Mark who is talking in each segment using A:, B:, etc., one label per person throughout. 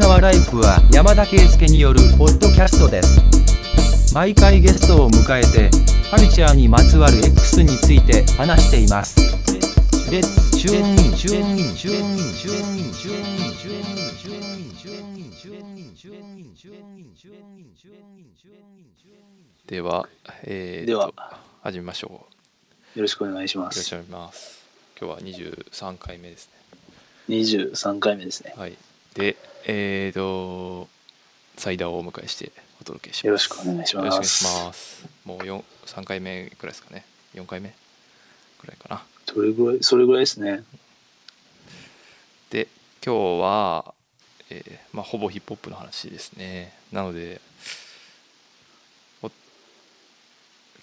A: 川ライフは山田圭介によるポッドキャストです毎回ゲストを迎えてカルチャーにまつわる X について話していますレッツチューンインチューンインチューンインチューンインチューンインチューンインチューンインチューンインチューンインチューンインチューンインチューンインチューンインチューンインチューンイン
B: では、えー、
C: では、
B: 始めましょう。よ
C: よろしくお願いしま
B: ろしく
C: す
B: お。願いします。今日は23回目です
C: 23回目ですね
B: ね。。はい。で、えーと、サイダーをお迎えしてお届けします。
C: よろしくお願いしま
B: よ
C: す
B: ろしくお願いします。もう4 3回目くらいですかね。4回目くらいかな。
C: どれぐらい、それぐらいですね。
B: で、今日は、えーまあ、ほぼヒップホップの話ですね。なので、おヒ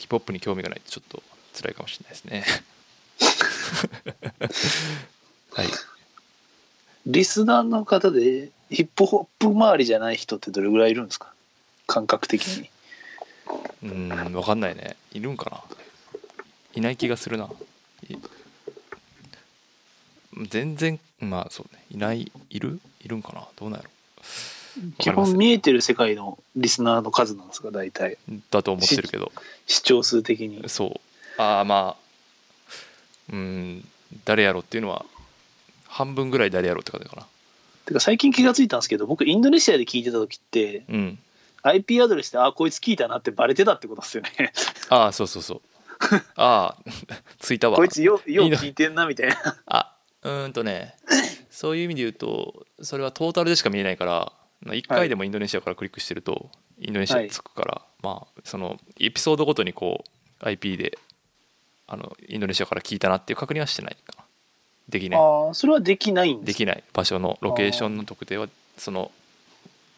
B: ップホップに興味がないとちょっと辛いかもしれないです ね。はい。
C: リスナーの方でヒップホップ周りじゃない人ってどれぐらいいるんですか感覚的に。
B: うーん、わかんないね。いるんかな。いない気がするな。い全然、まあそうね。いない、いるいるんかな。どうなんや
C: 基
B: わかります
C: 本見えてる世界のリスナーの数なんですか大体。
B: ろ。だと思ってるけど。
C: 視聴数的に。
B: そう。ああ、まあ、うーん、誰やろっていうのは、半分ぐらい誰やろって感じかな。
C: てか最近気がついたんですけど、僕インドネシアで聞いてた時って、
B: うん。
C: IP アドレスで、あ、こいつ聞いたなってバレてたってことですよね。
B: ああ、そうそう そう。ああ、ついたわ
C: こい。つよう、よう
B: インド
C: 聞いてんなみたいな。
B: あうーんとねそういう意味で言うとそれはトータルでしか見えないから1
C: は
B: 回
C: い
B: でもインドネシアからクリックしてるとインドネシアに着くから、まあそのエピソードごとにこう IP であのインドネシアから聞いたなっていう確認はしてないかなできない
C: ああ、それはできないんです
B: できない場所のロケーションの特定はその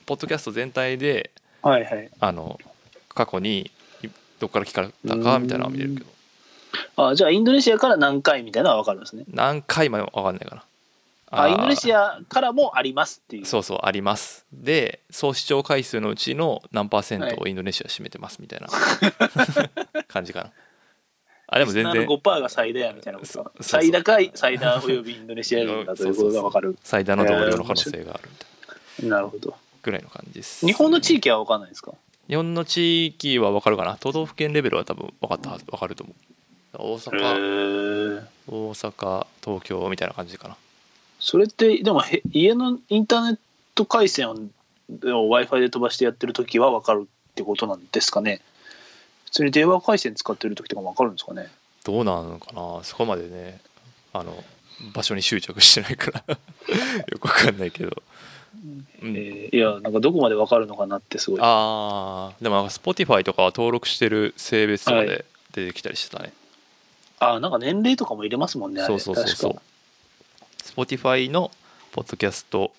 B: ポッドキャスト全体で
C: はいはい。
B: あの過去にいどっから聞かれたかみたいなのは見れるけど
C: あーじゃあインドネシアから何回みたいなのは分かるんですね。
B: 何回までも分かんないかな
C: あ
B: ー
C: インドネシアからもありますっていう。
B: そうそうありますで総視聴回数のうちの何パーセン
C: は
B: ト
C: い
B: をインドネシア占めてますみたいな感じかなあでも全然
C: 5%が最大やみたいなこ
B: そ
C: と
B: う
C: か
B: そう
C: 最高い最大およびインドネシア人だということが分かる
B: 最大の同僚の可能性があるみたいな
C: なるほど
B: ぐらいの感じです
C: 日本の地
B: 域
C: 域は分かんないですか
B: 日本の地域は分かるかな都道府県レベルは多分分かったはず分かると思う大
C: へ
B: 阪
C: ー
B: 大阪東京みたいな感じかな
C: それってでもへ家のインターネット回線を w i f i で飛ばしてやってる時は分かるってことなんですかね普通に電話回線使ってる時とかも分かるんですかね
B: どうなのかなそこまでねあの場所に執着してないから よく分かんないけど、うん
C: えーいやなんかどこまで分かるのかなってすごい
B: ああでもなんか Spotify とかは登録してる性別とか
C: は
B: で出てきたりしてたね、
C: あなんか年齢とかも入れますもんねあれ
B: そうそうそうそう
C: 確か
B: Spotify のポッドキャスト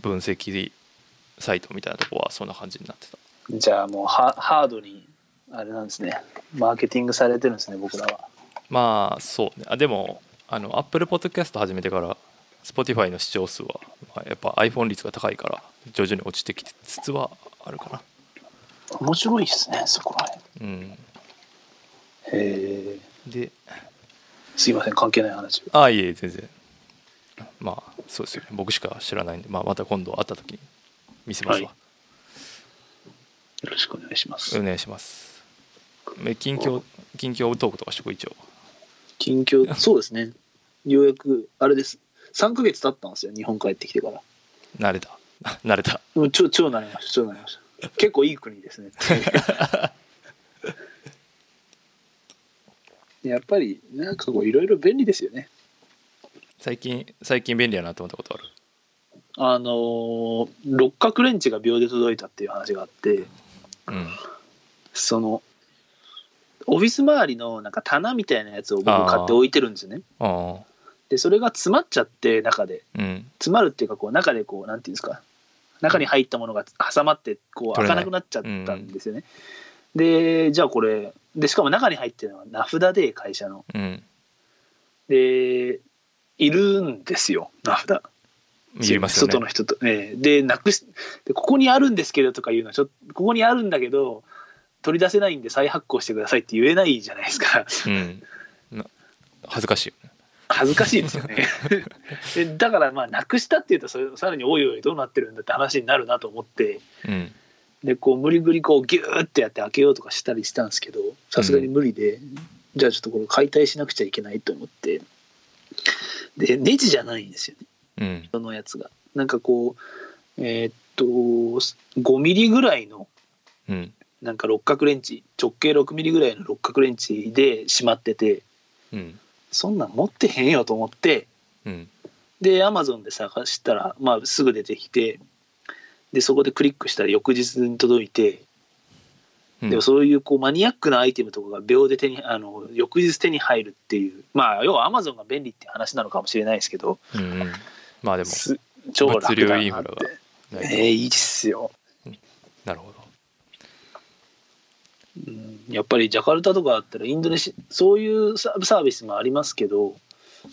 B: 分析サイトみたいなとこはそんな感じになってた
C: じゃあもうハハードにあれなんですねマーケティングされてるんですね僕らは
B: まあそうねあでもあの Apple Podcast 始めてから Spotify の視聴数は、まあやっぱ iPhone 率が高いから徐々に落ちてきつつはあるかな
C: 面白いですねそこら
B: うん
C: 辺へえ
B: です
C: いません関係ない話
B: ああいえいえ全然まあそうですよね僕しか知らないんで、まあ、また今度会った時に見せますわ、
C: はいよろしくお願いします、
B: お願いしますえ近況近況トークとかしとく一応
C: 近況そうですねようやくあれです3ヶ月経ったんですよ日本帰ってきてから
B: 慣れた 慣れた
C: もう超超なりました超なりました結構いい国ですねやっぱりなんかこういろいろ便利ですよね
B: 最近最近便利やなと思ったことある
C: あのー六角レンチが秒で届いたっていう話があって
B: うん
C: そのオフィス周りのなんか棚みたいなやつを僕買って置いてるんですよね
B: ああ
C: でそれが詰まっちゃって中で
B: うん
C: 詰まるっていうかこう中でこうなんていうんですか中に入ったものが挟まってこう
B: 取
C: 開
B: れ
C: か
B: ない
C: なくなっちゃったんですよね、でじゃあこれでしかも中に入ってるのは名札で会社の
B: うん
C: でいるんですよ名札
B: 見えますよ
C: 外
B: ね
C: の人と、ええでなくしでここにあるんですけどとか言うのはちょっとここにあるんだけど取り出せないんで再発行してくださいって言えないじゃないですか
B: うんな恥ずかしいよね
C: 恥ずかしいです よねでだからまあなくしたっていうとそれさらにおいおいどうなってるんだって話になるなと思って
B: うん
C: でこう無理くりこうギューってやって開けようとかしたりしたんですけどさすがに無理で、じゃあちょっとこれ解体しなくちゃいけないと思ってでネジじゃないんですよね
B: うん
C: そのやつがなんかこうえーっと5ミリぐらいの
B: うん
C: なんか六角レンチ直径6ミリぐらいの六角レンチでしまってて
B: うん
C: そんなん持ってへんよと思って
B: うん
C: でアマゾンで探したら、まあ、すぐ出てきてでそこでクリックしたら翌日に届いて、
B: うん
C: でもそういうこうマニアックなアイテムとかが秒で手にあの翌日手に入るっていうまあ要はアマゾンが便利って話なのかもしれないですけど
B: うんうんまあでも
C: す超楽だなって
B: 物流インフラがな
C: え
B: い
C: ーいいっすよ、
B: なるほど
C: うん、やっぱりジャカルタとかだったらインドネシアそういうササービスもありますけど、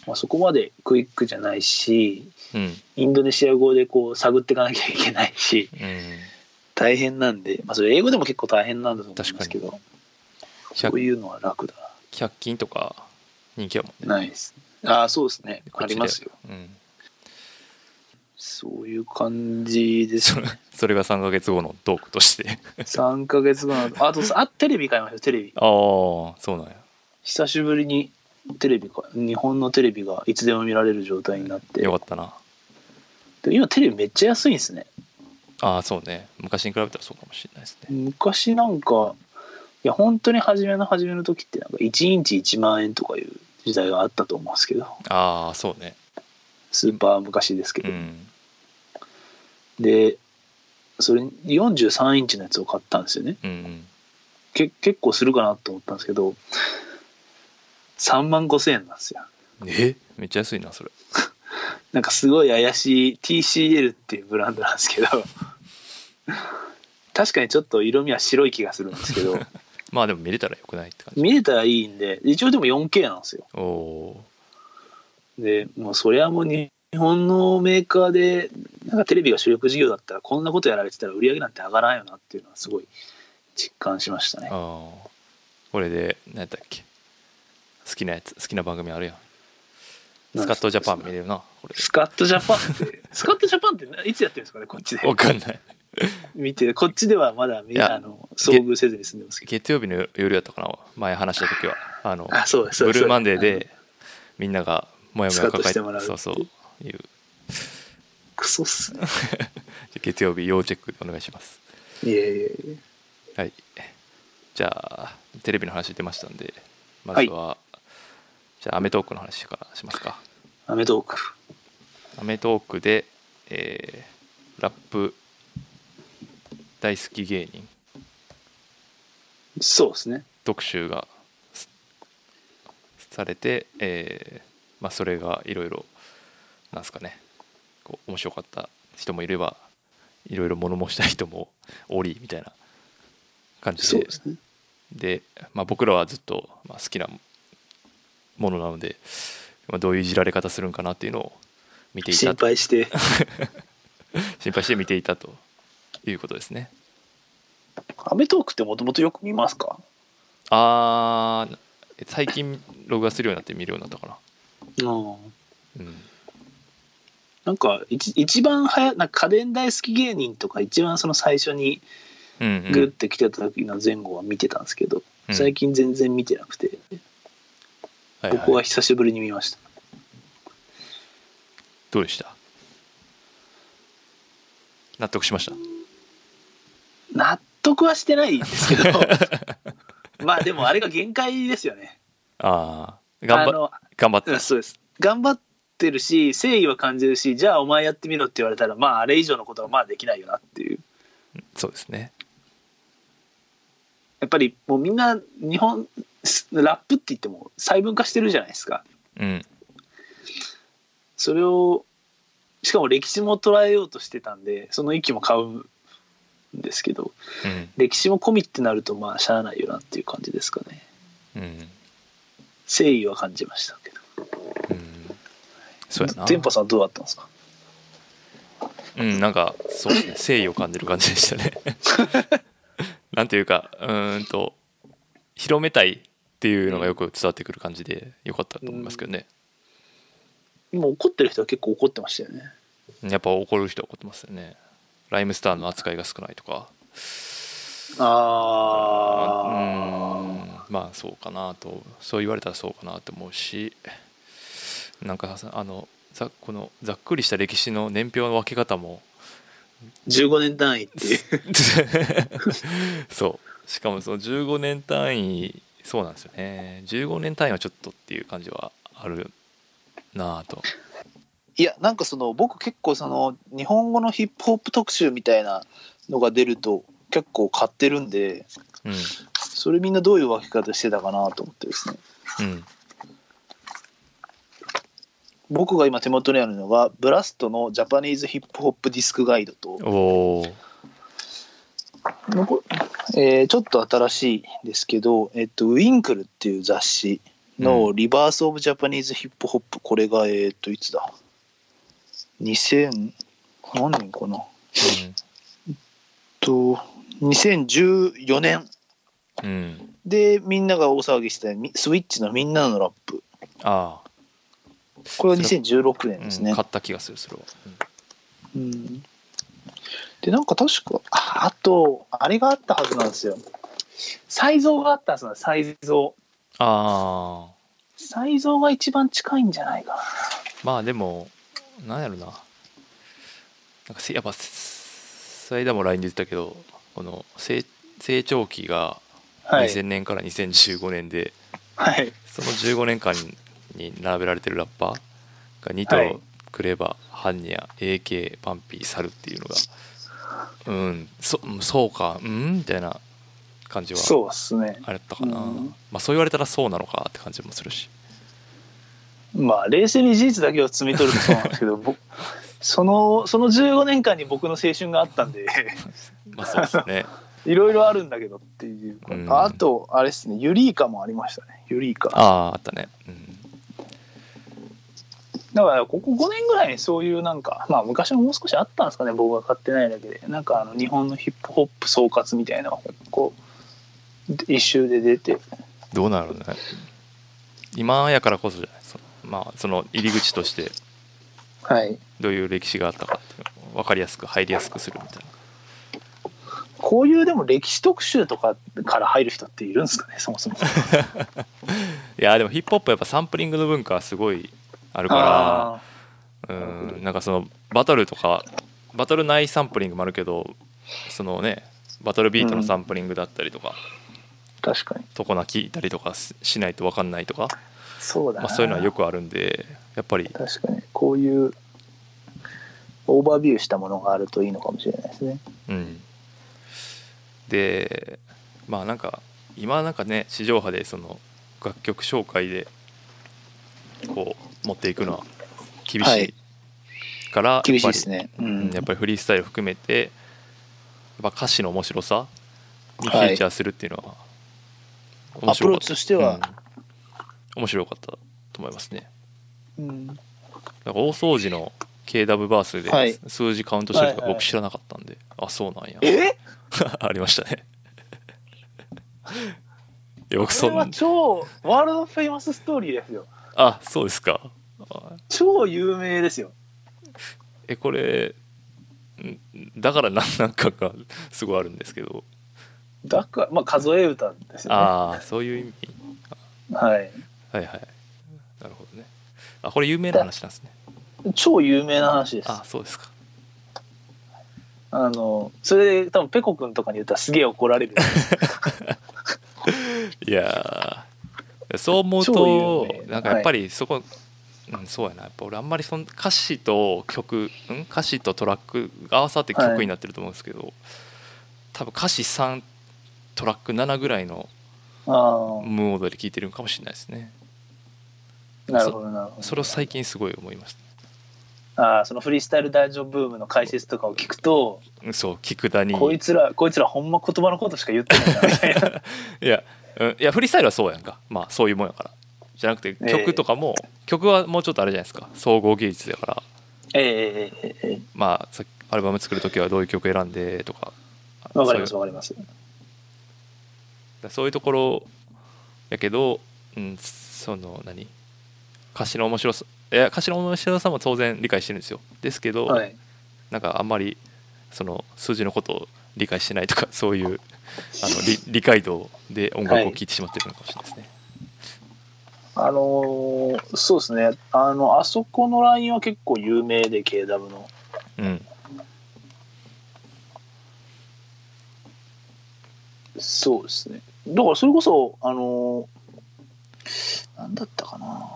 C: まあ、そこまでクイックじゃないし
B: うん
C: インドネシア語でこう探っていかなきゃいけないし
B: うん
C: 大変なんで、まあ、それ英語でも結構大変なんだと思いますけどそう
B: 100
C: いうのは楽だ
B: 均とか人気やもんね
C: ないですああそうですね
B: こ
C: あ
B: っち
C: り
B: で
C: ますよ
B: うん
C: そういう感じです
B: それ それが3ヶ月後のトークとして
C: 3ヶ月後なのあとあテレビ買いましたテレビ
B: ああそうなんや
C: 久しぶりにテレビか日本のテレビがいつでも見られる状態になって
B: よかったな
C: で今テレビめっちゃ安いんですね
B: ああそうね昔に比べたらそうかもしれないですね
C: 昔なんかいや本当に初めの初めの時ってなんか1インチ1万円とかいう時代があったと思うんですけど
B: ああそうね
C: スーパー昔ですけ
B: う
C: ど、
B: ん
C: でそれ43インチのやつを買ったんですよね
B: うんうん
C: け結構するかなと思ったんですけど3万5千円なんですよ
B: えめっちゃ安いなそれ
C: なんかすごい怪しい TCL っていうブランドなんですけど確かにちょっと色味は白い気がするんです けど
B: まあでも見れたらよくないって感じ
C: 見れたらいいんで一応でも 4K なんですよ
B: おお
C: でもうそりゃもう日本のメーカーでなんかテレビが主力事業だったらこんなことやられてたら売り上げなんて上がらんよなっていうのはすごい実感しましたね
B: ーああこれで何やったっけ好きなやつ好きな番組あるやんスカットジャパン見れるなこれ
C: スカットジャパンって、 スカットジャパンっていつやってるんですかね、こっちで。
B: わかんない
C: 見て、こっちではまだみ
B: いや
C: あの遭遇せずに済んでますけど。
B: 月曜日の夜やったかな前話した時はあの
C: あ、そうです、そう
B: ブ
C: です。
B: ルーマンデー
C: あの
B: でみんながモヤモヤ抱
C: スカッと
B: え
C: してもらうって
B: そうそういう
C: クソっすね。
B: 月曜日要チェックでお願いします
C: いやいやいや。
B: はいじゃあテレビの話出ましたんでまずは、じゃあアメトークの話からしますか
C: アメトーク。
B: アメトークで、えーラップ大好き芸人
C: そうですね。
B: 特集がすされて、えーまあ、それがいろいろなんですかねこう面白かった人もいればいろいろ物申したい人もおりみたいな感じ
C: そう
B: で
C: ですね。
B: で、まあ、僕らはずっと、まあ、好きなものなので、まあ、どういういじられ方するんかなっていうのを見てい
C: 心
B: たと
C: 配して。
B: 心配して見ていたということですね。
C: アメトークってもともとよく見ますか
B: あー最近録画するようになって見るようになったか
C: うん。
B: な。うん
C: なんか一一番はやなんか家電大好き芸人とか一番その最初に
B: うんうん
C: グッて来てた時の前後は見てたんですけど、
B: うん
C: 最近全然見てなくて、
B: はいはい
C: 僕は久しぶりに見ました
B: どうでした納得しました
C: 納得はしてないんですけ どまあでもあれが限界ですよね
B: ああ頑張っ頑張っ
C: あ
B: た
C: のそうです頑張ってるし誠意は感じるしじゃあお前やってみろって言われたらまああれ以上のことはまあできないよなっていう
B: そうですね
C: やっぱりもうみんな日本すラップって言っても細分化してるじゃないですか
B: うん
C: それをしかも歴史も捉えようとしてたんでその域も買うんですけど歴史も込みってなるとまあしゃあないよなっていう感じですかね
B: うんうん、
C: 誠意は感じましたけど
B: うん、そうやな
C: テンパさんどうだったんですか
B: うんなんかそうですね誠意を感じる感じでした ねなんていうかうーんと広めたいっていうのがよく伝わってくる感じでよかったと思いますけどね
C: 今怒ってる人は結構怒ってましたよね
B: やっぱ怒る人は怒ってますよねライムスターの扱いが少ないとか
C: あ
B: う
C: あ
B: んまあそうかなとそう言われたらそうかなと思うしなんかさあのざこのざっくりした歴史の年表の分け方 も
C: 15年単位っていう
B: そうしかもその15年単位そうなんですよね15年単位はちょっとっていう感じはあるなあと
C: いやなんかその僕結構その日本語のヒップホップ特集みたいなのが出ると結構買ってるんで
B: うん
C: それみんなどういう分け方してたかなと思ってですね
B: うん
C: 僕が今手元にあるのがブラストのジャパニーズヒップホップディスクガイドと
B: おおー
C: 残えーちょっと新しいですけど、えっと、ウィンクルっていう雑誌の「リバース・オブ・ジャパニーズ・ヒップホップ」これが、えっと、いつだ2000何年かなと2014年
B: うん、うん、
C: でみんなが大騒ぎしてたみスイッチの「みんなのラップ
B: ああ」
C: これは2016年ですね、
B: うん買った気がするそれは、
C: うんでなんか確かああとあれがあったはずなんですよ才蔵があったはずなんです才蔵
B: ああ
C: 才蔵が一番近いんじゃないかな
B: まあでもなんやろななんかせやっぱそれでも LINE で言ってたけどこの成成長期が
C: はい、
B: 2000年から2015年で、
C: はい、
B: その15年間に並べられてるラッパーがニトロ、
C: はい
B: クレバハンニャ AK パンピーサルっていうのがうんそそうかうんみたいな感じは
C: そうですね
B: あれだったかな、
C: うん
B: まあそう言われたらそうなのかって感じもするし
C: まあ冷静に事実だけを摘み取るとそうなんですけど僕そのその15年間に僕の青春があったんで
B: まあそうですね
C: いろいろあるんだけどっていう、
B: うん
C: あとあれですねユリイカもありましたねユリイカ
B: あああったねうん
C: だからここ5年ぐらいにそういうなんかまあ昔ももう少しあったんですかね僕が買ってないだけでなんかあの日本のヒップホップ総括みたいなのが結構一周で出て
B: どうなるね今やからこそじゃないそのまあその入り口として
C: はい
B: どういう歴史があったかっていうのを分かりやすく入りやすくするみたい
C: こういうでも歴史特集とかから入る人っているんですかねそもそも
B: ないやでもヒップホップはやっぱサンプリングの文化はすごいある
C: あ
B: か
C: ー
B: ら
C: なるほ
B: う
C: ど
B: んなんかそのバトルとかバトルないサンプリングもあるけどそのねバトルビートのサンプリングだったりとか、
C: 確かに
B: とこな聞いたりとかししないと分かんないとか、
C: そうだ
B: ま
C: な、
B: あ、そういうのはよくあるんでやっぱり
C: 確かにこういうオーバービューしたものがあるといいのかもしれないですね
B: うん、でまあなんか今なんかね地上波でその楽曲紹介でこう持っていくのは厳し
C: はいい
B: から、やっぱり
C: 厳しいですねう
B: うん
C: ん
B: やっぱりフリースタイル含めてやっぱ歌詞の面白さにフィーチャーするっていうのは面
C: アプ
B: 白
C: ロ
B: かっ
C: ーチ
B: た
C: としては、
B: うん面白かったと思いますね
C: うん
B: なんか大掃除の KW バース
C: はい
B: で数字カウントしてると
C: は
B: か
C: いはい
B: 僕知らなかったんで、あそうなんや
C: え
B: ありました ね。いや僕
C: こ
B: そ
C: れは
B: ん
C: 超ワールドフェイマスストーリーですよ
B: あそうですか。あ
C: 超有名ですよ
B: えこれんだから何なんかが すごいあるんですけど。
C: だからまあ数え歌ですよね
B: ああそういう意味。
C: はい
B: はいはい。なるほどね。あこれ有名な話なんですね。
C: 超有名な話です
B: あ
C: あ
B: そうですか。
C: のそれで多分ペコくんとかに言ったらすげえ怒ら れる
B: いやーそう思う
C: 超
B: と
C: 有名
B: なんかやっぱりそこ、うん、そうやなやっぱ俺あんまりそん歌詞と曲、うん、歌詞とトラックが合わさって
C: は
B: 曲
C: い
B: になってると思うんですけど、多分歌詞3トラック7ぐらいの
C: あ
B: ムードで聴いてるんかもしれないですね
C: あなるほどなるほど
B: それを最近すごい思いまし
C: ああそのフリースタイル大丈夫ブームの解説とかを聞くと
B: たそう菊田に
C: こいつらこいつらほんま言葉のことしか言ってないなみた いな
B: いや、うん、いやフリースタイルはそうやんかまあそういうもんやからじゃなくて
C: え
B: 曲とかも、曲はもうちょっとあれじゃないですか総合技術やから
C: ええええええ
B: まあさアルバム作る時はどういう曲選んでとか
C: わかり
B: そ
C: ます
B: ういう
C: わかります
B: そういうところやけど、うん、その何歌詞の面白さいや頭の白さんも当然理解してるんですよですけど、
C: はい。
B: なんかあんまりその数字のことを理解してないとかそういうあの理理解度で音楽を聴いてしまってるのかもしれないですね。
C: あのーそうですね。あの、あそこのラインは結構有名で、KW の。
B: うん
C: そうですね。だからそれこそ、あのーなんだったかな。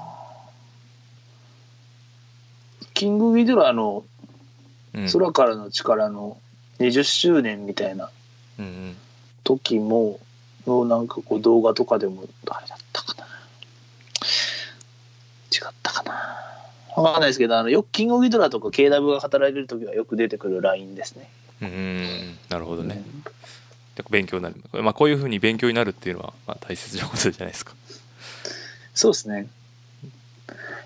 C: キング・ギドラの
B: うん
C: 空からの力の20周年みたいな
B: うんうん
C: 時も、のなんかこう動画とかでも、あれだったかな。違ったかな。わかんないですけど、あの、よくキング・ギドラとか KW が働いてる時はよく出てくるラインですね。
B: うんうんなるほどね。で勉強になる、まあ、こういうふうに勉強になるっていうのは、まあ、大切なことじゃないですか。
C: そうですね。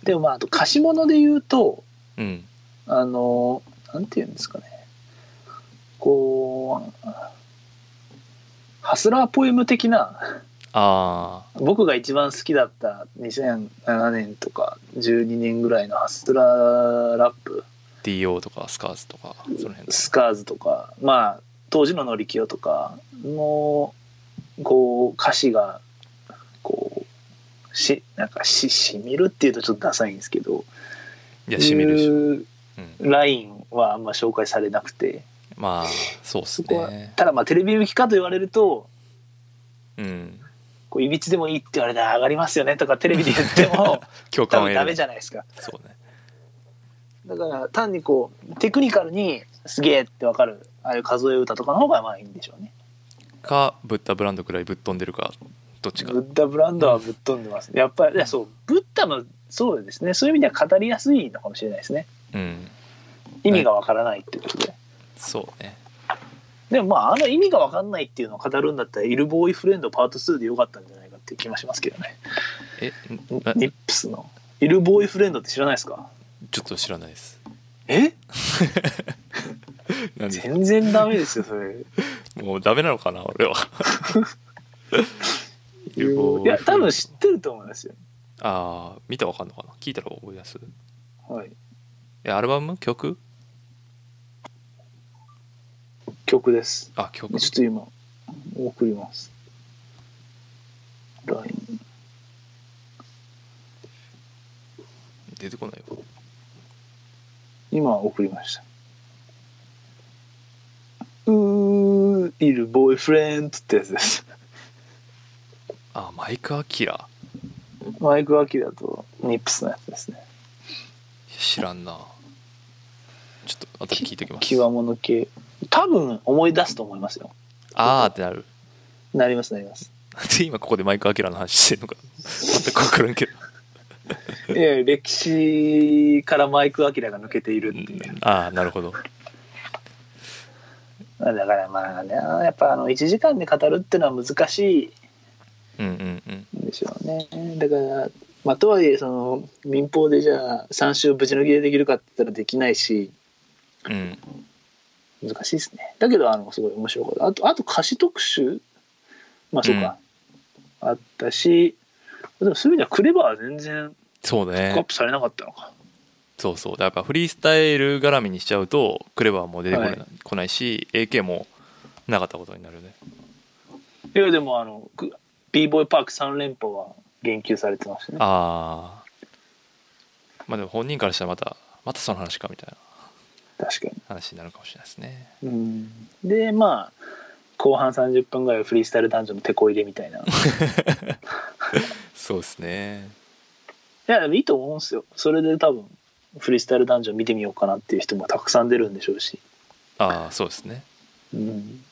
C: でもまあ、あと貸し物で言うと、
B: うん
C: あの、なんていうんですかね。こう、ハスラーポエム的な、
B: あ
C: 僕が一番好きだった2007年とか12年ぐらいのハスラーラップ、
B: ー DO とかスカーズとかその辺
C: スカーズとか、まあ、当時のノリキヨとかの、こう、歌詞が、こう、し、なんかし、しみるっていうとちょっとダサいんですけど、
B: いやしみるでしょ、
C: いう
B: うん、
C: ラインはあんま紹介されなくて、
B: まあそうっす
C: そこは
B: ね。
C: ただまあテレビ向きかと言われると
B: うん
C: こういびつでもいいって言われたら上がりますよねとかテレビで言って も
B: 共
C: 多
B: 感を得
C: 分ダ
B: る
C: メじゃないですか
B: そうね。
C: だから単にこうテクニカルにすげえってわかるああいう数え歌とかの方がまあいいんでしょうね
B: かブッダブランドくらいぶっ飛んでるかどっちか。
C: ブッダブランドはぶっ飛んでますやっぱりいやそうブッダもそうですねそういう意味では語りやすいのかもしれないですね
B: うん
C: 意味がわからないってことで、
B: そうね。
C: でもまああの意味がわかんないっていうのを語るんだったら「イルボーイフレンドパート2」でよかったんじゃないかっていう気もしますけどね
B: えな
C: ニップスの「イルボーイフレンド」って知らないですか
B: ちょっと知らないです。
C: え
B: なんで
C: 全然ダメですよそれ
B: もうダメなのかな俺は。有望
C: いや多分知ってると思いますよ
B: ああ見たらわかんのかな聞いたら覚え出す。
C: はい
B: えアルバム曲
C: 曲です
B: あ曲
C: ちょっと今送ります LINE
B: 出てこないよ。
C: 今送りましたうーいるボーイフレンドってやつです
B: あマイク・アキラ
C: マイク・アキラとニップスのやつですね
B: 知らんな。ちょっと後で聞いておきます。
C: 極物系多分思い出すと思いますよ
B: ああってなる。
C: なりますな ります
B: なんで今ここでマイク・アキラの話してるのか全く分からんけど。
C: いやいや歴史からマイク・アキラが抜けているっていう
B: ああなるほど。
C: だからまあねやっぱあの1時間で語るってのは難し
B: うんうんうん。
C: いんでしょうねだからまあとはいえその民放でじゃあ3週ぶち抜きでできるかって言ったらできないし
B: うん、
C: 難しいですねだけどあのすごい面白かったあとあと歌詞特集まあそうか、あったしでもそういう意味ではクレバーは全然
B: そう
C: ピックアッ
B: ね
C: プされなかったのか、
B: そうそうだからフリースタイル絡みにしちゃうとクレバーも出てこれな,、
C: はい
B: こないし AK もなかったことになるね
C: い、やでもあの b ボーイパーク3連覇は言及されてましたね
B: ああまあでも本人からしたらまたまたその話かみたいな
C: 確かに
B: 話になるかもしれないですね
C: うんでまあ後半30分ぐらいはフリースタイル男女のテこ入れみ たいない
B: そうですね
C: やでもいいと思うんですよそれで多分フリースタイル男女見てみようかなっていう人もたくさん出るんでしょうし、
B: ああそうですね
C: うん、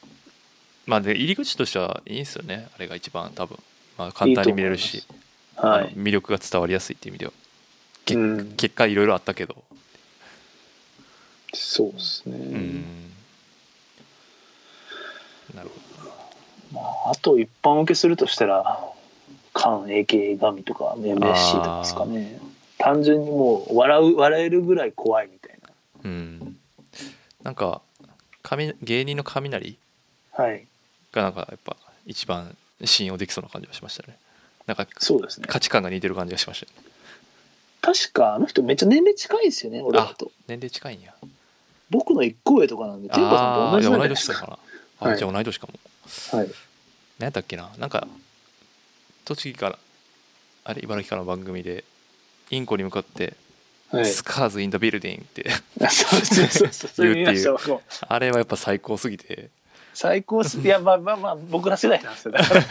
B: まあで入り口としてはいいんですよねあれが一番多分、まあ、簡単に見れるし
C: いいは
B: あ
C: い
B: の魅力が伝わりやすいっていう意味ではけ
C: うん
B: 結果いろいろあったけど
C: そうですね、
B: うんなるほど
C: まあ、あと一般受けするとしたらカン AK 神とか MSC とかですかね単純にもう笑う笑えるぐらい怖いみたいな
B: うん、なんか雷芸人の雷
C: はい
B: がなんかやっぱ一番信用できそうな感じがしましたねなんか
C: そうですね
B: 価値観が似てる感じがしましたね
C: 確かあの人めっちゃ年齢近いですよね、俺らと。
B: 年齢近いんや
C: 僕の一個上とかなんで、天パさんと同じ
B: あー
C: な
B: いや同
C: んじゃないいで
B: 年
C: す
B: だ
C: か。
B: から、
C: は
B: あ
C: い
B: じゃあ同い年かも
C: はい。
B: 何やったっけななんか栃木からあれ茨城からの番組でインコに向かって
C: はい。
B: スカーズ・イン・ダ・ビルディング」って
C: そうそうそうそう。それ見ました、
B: 言う
C: 僕も。
B: あれはやっぱ最高すぎて
C: 最高っす。いや、まあまあまあ、僕ら世代なんですよ。だからい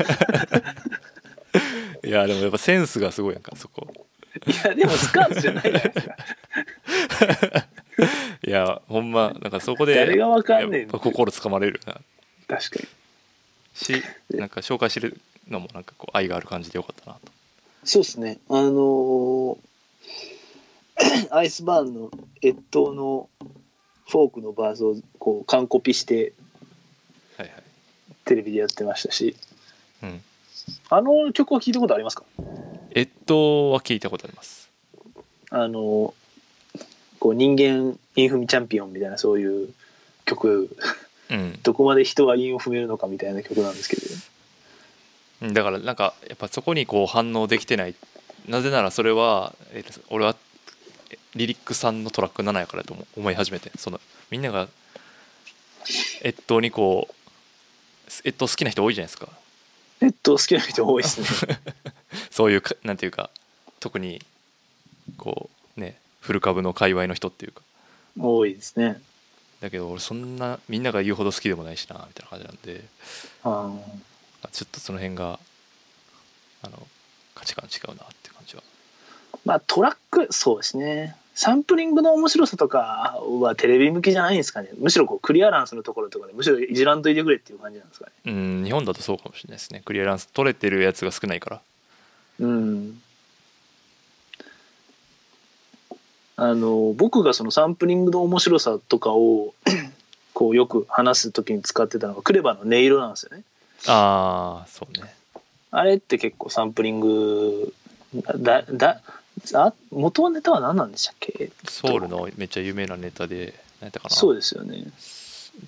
B: いやでもやっぱセンスがすごいやんかそこ
C: や、でもスカートじゃないじゃないですか。
B: いやほんまなんかそこで
C: 誰がわかんねえ
B: やっ
C: の
B: ぱ心つかまれるな
C: 確かに。
B: しなんか紹介してるのもなんかこう愛がある感じでよかったなと
C: そうですね。あのーアイスバーンの越冬のフォークのバースをこう完コピして
B: はいはい
C: テレビでやってましたし、
B: うん
C: あの曲は聞いたことありますか
B: えっとは聞いたことあります
C: あのーこう人間インフミチャンピオンみたいなそういう曲、
B: うん
C: どこまで人は韻を踏めるのかみたいな曲なんですけど、
B: だからなんかやっぱそこにこう反応できてないなぜならそれはえー俺はえリリックさんのトラック7やからと思思い始めてそのみんなが越冬にこうす越冬好きな人多いじゃないですか
C: 越冬好きな人多いですね。
B: そういうかなんていうか特にこうね古株の界隈の人っていうか
C: 多いですね。
B: だけど俺そんなみんなが言うほど好きでもないしなみたいな感じなんで
C: あ
B: あちょっとその辺があの価値観違うなっていう感じは
C: ーまあトラック、そうですね。サンプリングの面白さとかはテレビ向きじゃないんですかね。むしろこうクリアランスのところとかで、むしろいじらんといてくれっていう感じなんですかね。
B: うん日本だとそうかもしれないですねクリアランス取れてるやつが少ないから
C: うん。あの、僕がそのサンプリングの面白さとかを、こうよく話すときに使ってたのがクレバの音色なんですよね。
B: ああそうね
C: あれって結構サンプリング、だ、だ、あ元のネタは何なんでしたっけ
B: ソウルのめっちゃ有名なネタで何やったかな
C: そうですよね。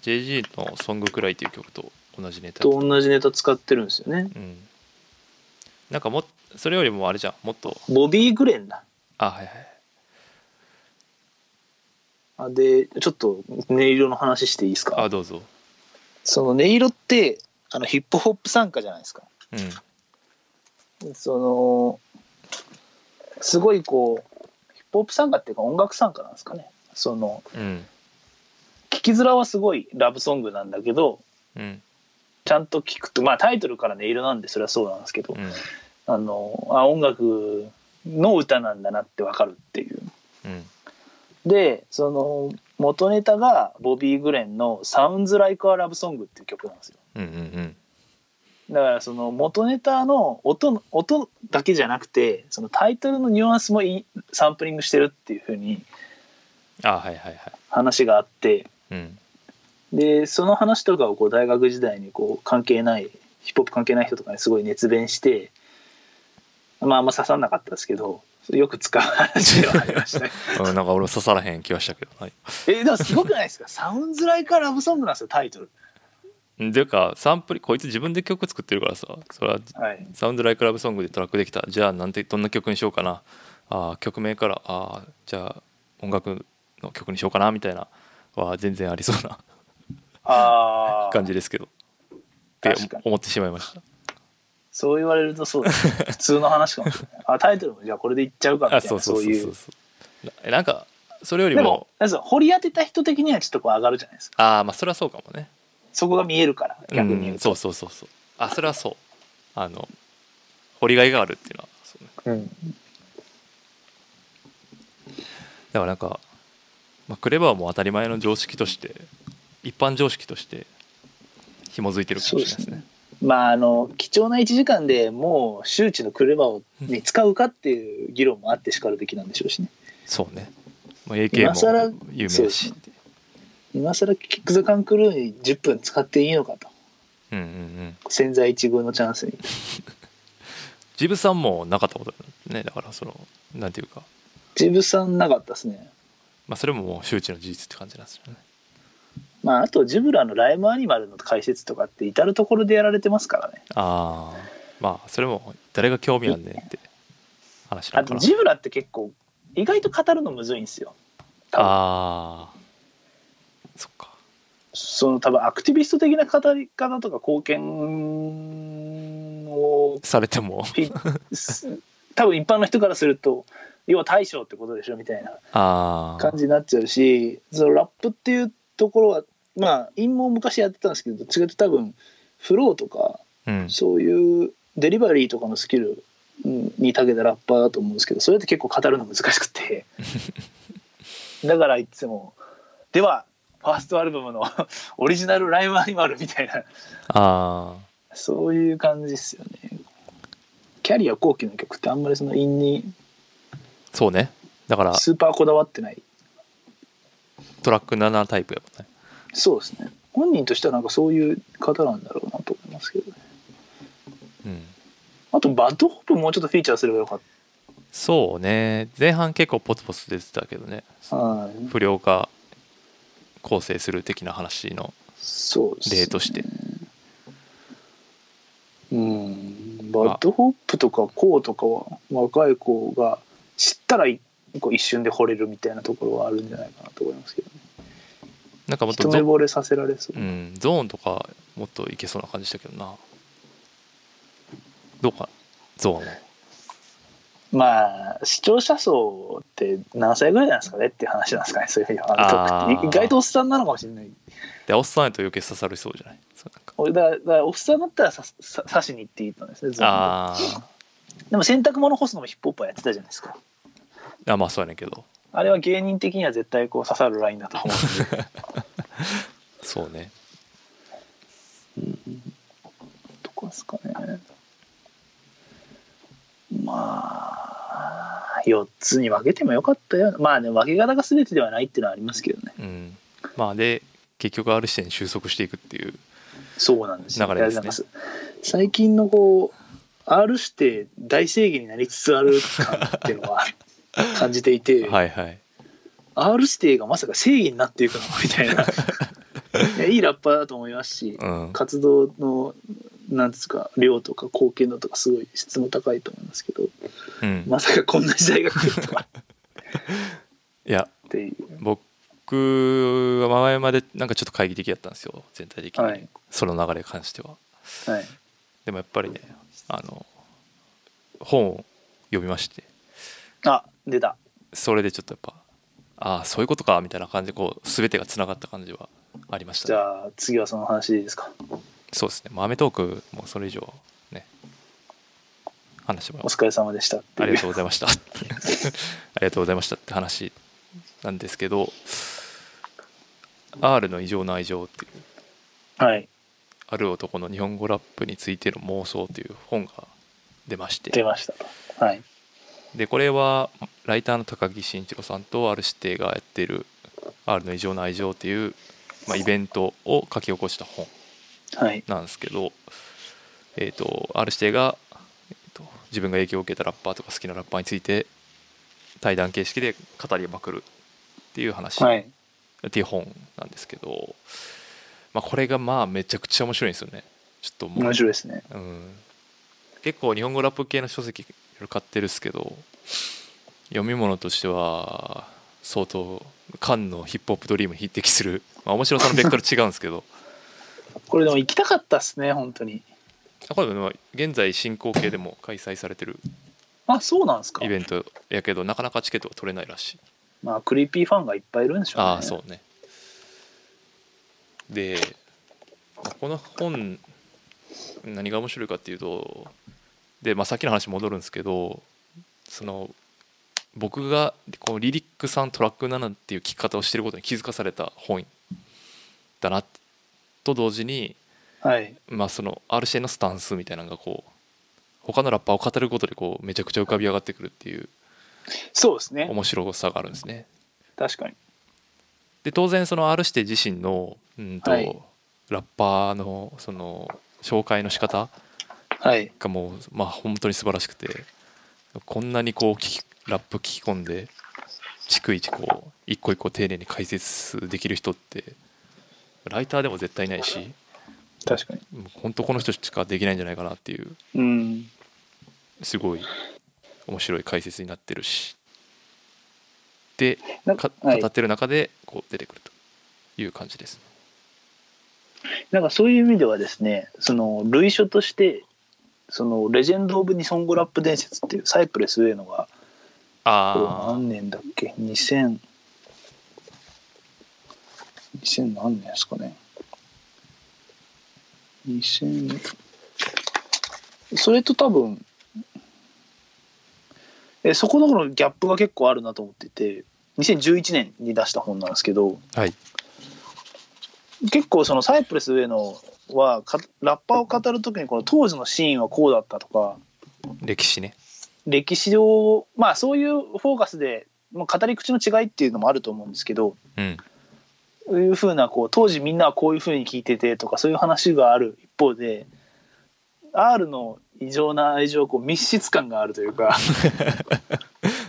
B: JG の「ソングくらい」っていう曲と同じネタ
C: と
B: やった
C: 同じネタ使ってるんですよね。
B: うんなんかもっそれよりもあれじゃんもっと
C: ボビー・グレンだ。
B: あはいはい
C: あで、ちょっと音色の話していいです
B: あ
C: か
B: どうぞ
C: その音色って、あのヒップホップ参加じゃないですか。
B: うん
C: そのすごいこうヒップホップ参加っていうか音楽参加なんですかねその
B: うん
C: 聞きづらはすごいラブソングなんだけど
B: うん
C: ちゃんと聞くとまあタイトルから音色なんでそれはそうなんですけど、
B: うん
C: あのあ音楽の歌なんだなってわかるっていう
B: うん
C: でその元ネタがボビー・グレンの「Sounds Like a Love Song」っていう曲なんですよ
B: うんうん
C: だからその元ネタの音の音だけじゃなくてそのタイトルのニュアンスもいサンプリングしてるっていう風に
B: あはいはいはい
C: 話があって
B: うん
C: でその話とかをこう大学時代にこう関係ないヒップホップ関係ない人とかにすごい熱弁してまああんま刺さんなかったですけどよく使う話ではありましたね
B: うんなんか俺刺さらへん気はしたけどはい
C: えでもすごくないですかサウンズライカラブソングなんですよタイトル
B: でかサンプリこいつ自分で曲作ってるからさそれは
C: はい
B: サウンドライクラブソングでトラックできたじゃあなんてどんな曲にしようかなあー曲名からあーじゃあ音楽の曲にしようかなみたいなは全然ありそうな
C: ああ
B: 感じですけどって
C: 確かに
B: 思ってしまいました
C: そう言われるとそ うですね普通の話かもしれないあタイトルもじゃあこれでいっちゃうかみた
B: あ
C: い
B: そう
C: な
B: そ
C: そうう
B: そう
C: い
B: そう
C: う
B: そうなえなんかそれより
C: で
B: も
C: もなんかそう掘り当てた人的にはちょっとこう上がるじゃないですか
B: ああまあそれはそうかもね
C: そこが見えるから逆に言
B: うん
C: う
B: そ
C: と
B: うそうそうそうあそれはそうあの掘りがいがあるっていうのはそうね
C: うん
B: だからなんか、まあ、クレバーも当たり前の常識として一般常識として紐づいてるかもしれないですね。
C: まああの貴重な1時間でもう周知の車を、ね、使うかっていう議論もあってしかるべきなんでしょうしね
B: そうね。まあ、
C: 今更
B: AK も有名だし
C: そ。今更キック・ザ・カン・クルーに10分使っていいのかと
B: うんうんうん。
C: 千載一遇のチャンスに
B: ジブさんもなかったことだね。だからそのなんていうか、
C: ジブさんなかったですね
B: まあそれももう周知の事実って感じなんですよね。
C: まああとジブラのライムアニマルの解説とかって至る所でやられてますからね
B: ああ、まあそれも誰が興味あんねんって話な
C: あ
B: のか
C: と
B: な。
C: ジブラって結構意外と語るのむずいんですよ多分
B: ああそっか
C: その多分アクティビスト的な語り方とか貢献を
B: されても
C: す多分一般の人からすると要は大将ってことでしょみたいな
B: ああ
C: 感じになっちゃうしそのラップっていうところはまあ陰謀昔やってたんですけど違って多分フローとか
B: うん
C: そういうデリバリーとかのスキルうんに長けたラッパーだと思うんですけどそれって結構語るの難しくてだからいつもではファーストアルバムの オリジナルライブアニマルみたいな
B: ああ
C: そういう感じですよねキャリア後期の曲ってあんまりその韻に
B: そうねだから
C: スーパーこだわってない
B: トラック7タイプやもんね
C: そうですね本人としてはなんかそういう方なんだろうなと思いますけどね
B: うん
C: あとバッドホップもうちょっとフィーチャーすればよかっ
B: そうね前半結構ポツポツ出てたけどね
C: たはい
B: 不良が構成する的な話の
C: そうですね
B: 例として
C: うんバッドホップとかコーとかは若い子が知ったらいこう一瞬で惚れるみたいなところはあるんじゃないかなと思いますけど、ね、
B: なんかもっ
C: 一
B: と
C: 目
B: ゾ,、
C: 惚れさせられそう
B: う、ん、ゾーンとかもっといけそうな感じしたけどなどうかゾーンは
C: まあ視聴者層って何歳ぐらいなんですかねっていう話なんですかねそういうふうにあ
B: あー
C: の意外とおっさんなのかもしれない
B: でおっさんやと余計刺さりそうじゃないそうなんか
C: 俺だだからおっさんだったらささ刺しに行っていいと思うんですねずっと
B: あー
C: でも洗濯物干すのもヒップホップはやってたじゃないですか
B: あまあそうやねんけど
C: あれは芸人的には絶対こう刺さるラインだと思うんで
B: そうね
C: どこですかね。まあ、4つに分けてもよかったよ。まあね、分け方が全てではないっていうのはありますけどね。
B: うんまあで結局 R 視点に収束していくっていう
C: そうなんですよ
B: 流れですね
C: いやなんか最近のこう、R して大正義になりつつある感っていうのは感じていて、
B: はいはい
C: R 指定がまさか正義になっていくのみたい ないやいいラッパーだと思いますし、
B: うん
C: 活動のなんですか量とか貢献度とかすごい質も高いと思いますけど
B: うん
C: まさかこんな時代が来るとは
B: いや
C: っていう。
B: 僕は前までなんかちょっと懐疑的だったんですよ全体的に、
C: はい
B: その流れに関しては
C: はい。
B: でもやっぱりねあの本を読みまして
C: あ、出た。
B: それでちょっとやっぱああそういうことかみたいな感じでこう全てがつながった感じはありました、
C: じ
B: ね、
C: ゃあ次はその話でいいですか。
B: そうですね「まあアメトーク」もそれ以上ね話してもら
C: お疲れ様でしたって
B: あり
C: い
B: が
C: う
B: と。うございました ありがとうございましたって話なんですけど R の異常な愛情っていう
C: はい。
B: ある男の日本語ラップについての妄想という本が出まして
C: 出ましたと。はい。
B: でこれはライターの高木慎一郎さんと R 指定がやってる「R の異常な愛情」っていう、まあ、イベントを書き起こした本
C: はい。
B: なんですけど、えー、と R 指定が、えーと自分が影響を受けたラッパーとか好きなラッパーについて対談形式で語りまくるっていう話、
C: はい。
B: っていう本なんですけど、まあ、これがまあめちゃくちゃ面白いんですよねちょっともう
C: 面白いですね。
B: うん、結構日本語ラップ系の書籍いろいろ買ってるっすけど読み物としては相当カンのヒップホップドリームに匹敵する、まあ、面白さのベクトル違うんですけど
C: これでも行きたかったっすね、本当に。
B: あこれでも現在進行形でも開催されてる
C: あ、そうなんですか
B: イ。ベントやけどなかなかチケットが取れないらしい
C: まあ、クリーピーファンがいっぱいいるんでしょうね。
B: ああそうねでこの本何が面白いかっていうとで、まあ、さっきの話戻るんですけどその僕がこうリリックさんトラック7っていう聞き方をしてることに気づかされた本だなと同時に、
C: はい。
B: まあ、その RCA のスタンスみたいなのがこう他のラッパーを語ることでこうめちゃくちゃ浮かび上がってくるっていう
C: そうですね。
B: 面白さがあるんですね。
C: 確かに。
B: で当然その R して自身の、うんと
C: はい
B: ラッパーのその紹介の仕方
C: はい。
B: がもう、まあ、本当に素晴らしくてこんなにこう聞きラップ聞き込んで逐一こう一個一個丁寧に解説できる人ってライターでも絶対いないし
C: 確かに。
B: もう本当この人しかできないんじゃないかなっていう
C: うん。
B: すごい面白い解説になってるしで
C: なん
B: か
C: かはい
B: 語ってる中でこう出てくるという感じですね。
C: なんかそういう意味ではですねその類書としてそのレジェンド・オブ・ニソンゴラップ伝説っていうサイプレス・ウェイのが
B: ああ
C: 何年だっけ2000 2000何年ですかね2000それと多分えそこの頃のギャップが結構あるなと思ってて2011年に出した本なんですけど、
B: はい
C: 結構そのサイプレス上のはかラッパーを語る時にこの当時のシーンはこうだったとか
B: 歴史ね。
C: 歴史上まあそういうフォーカスで、まあ、語り口の違いっていうのもあると思うんですけど
B: うん
C: そういうふうなこう当時みんなはこういうふうに聞いててとかそういう話がある一方で R の異常な愛情こう密室感があるというか、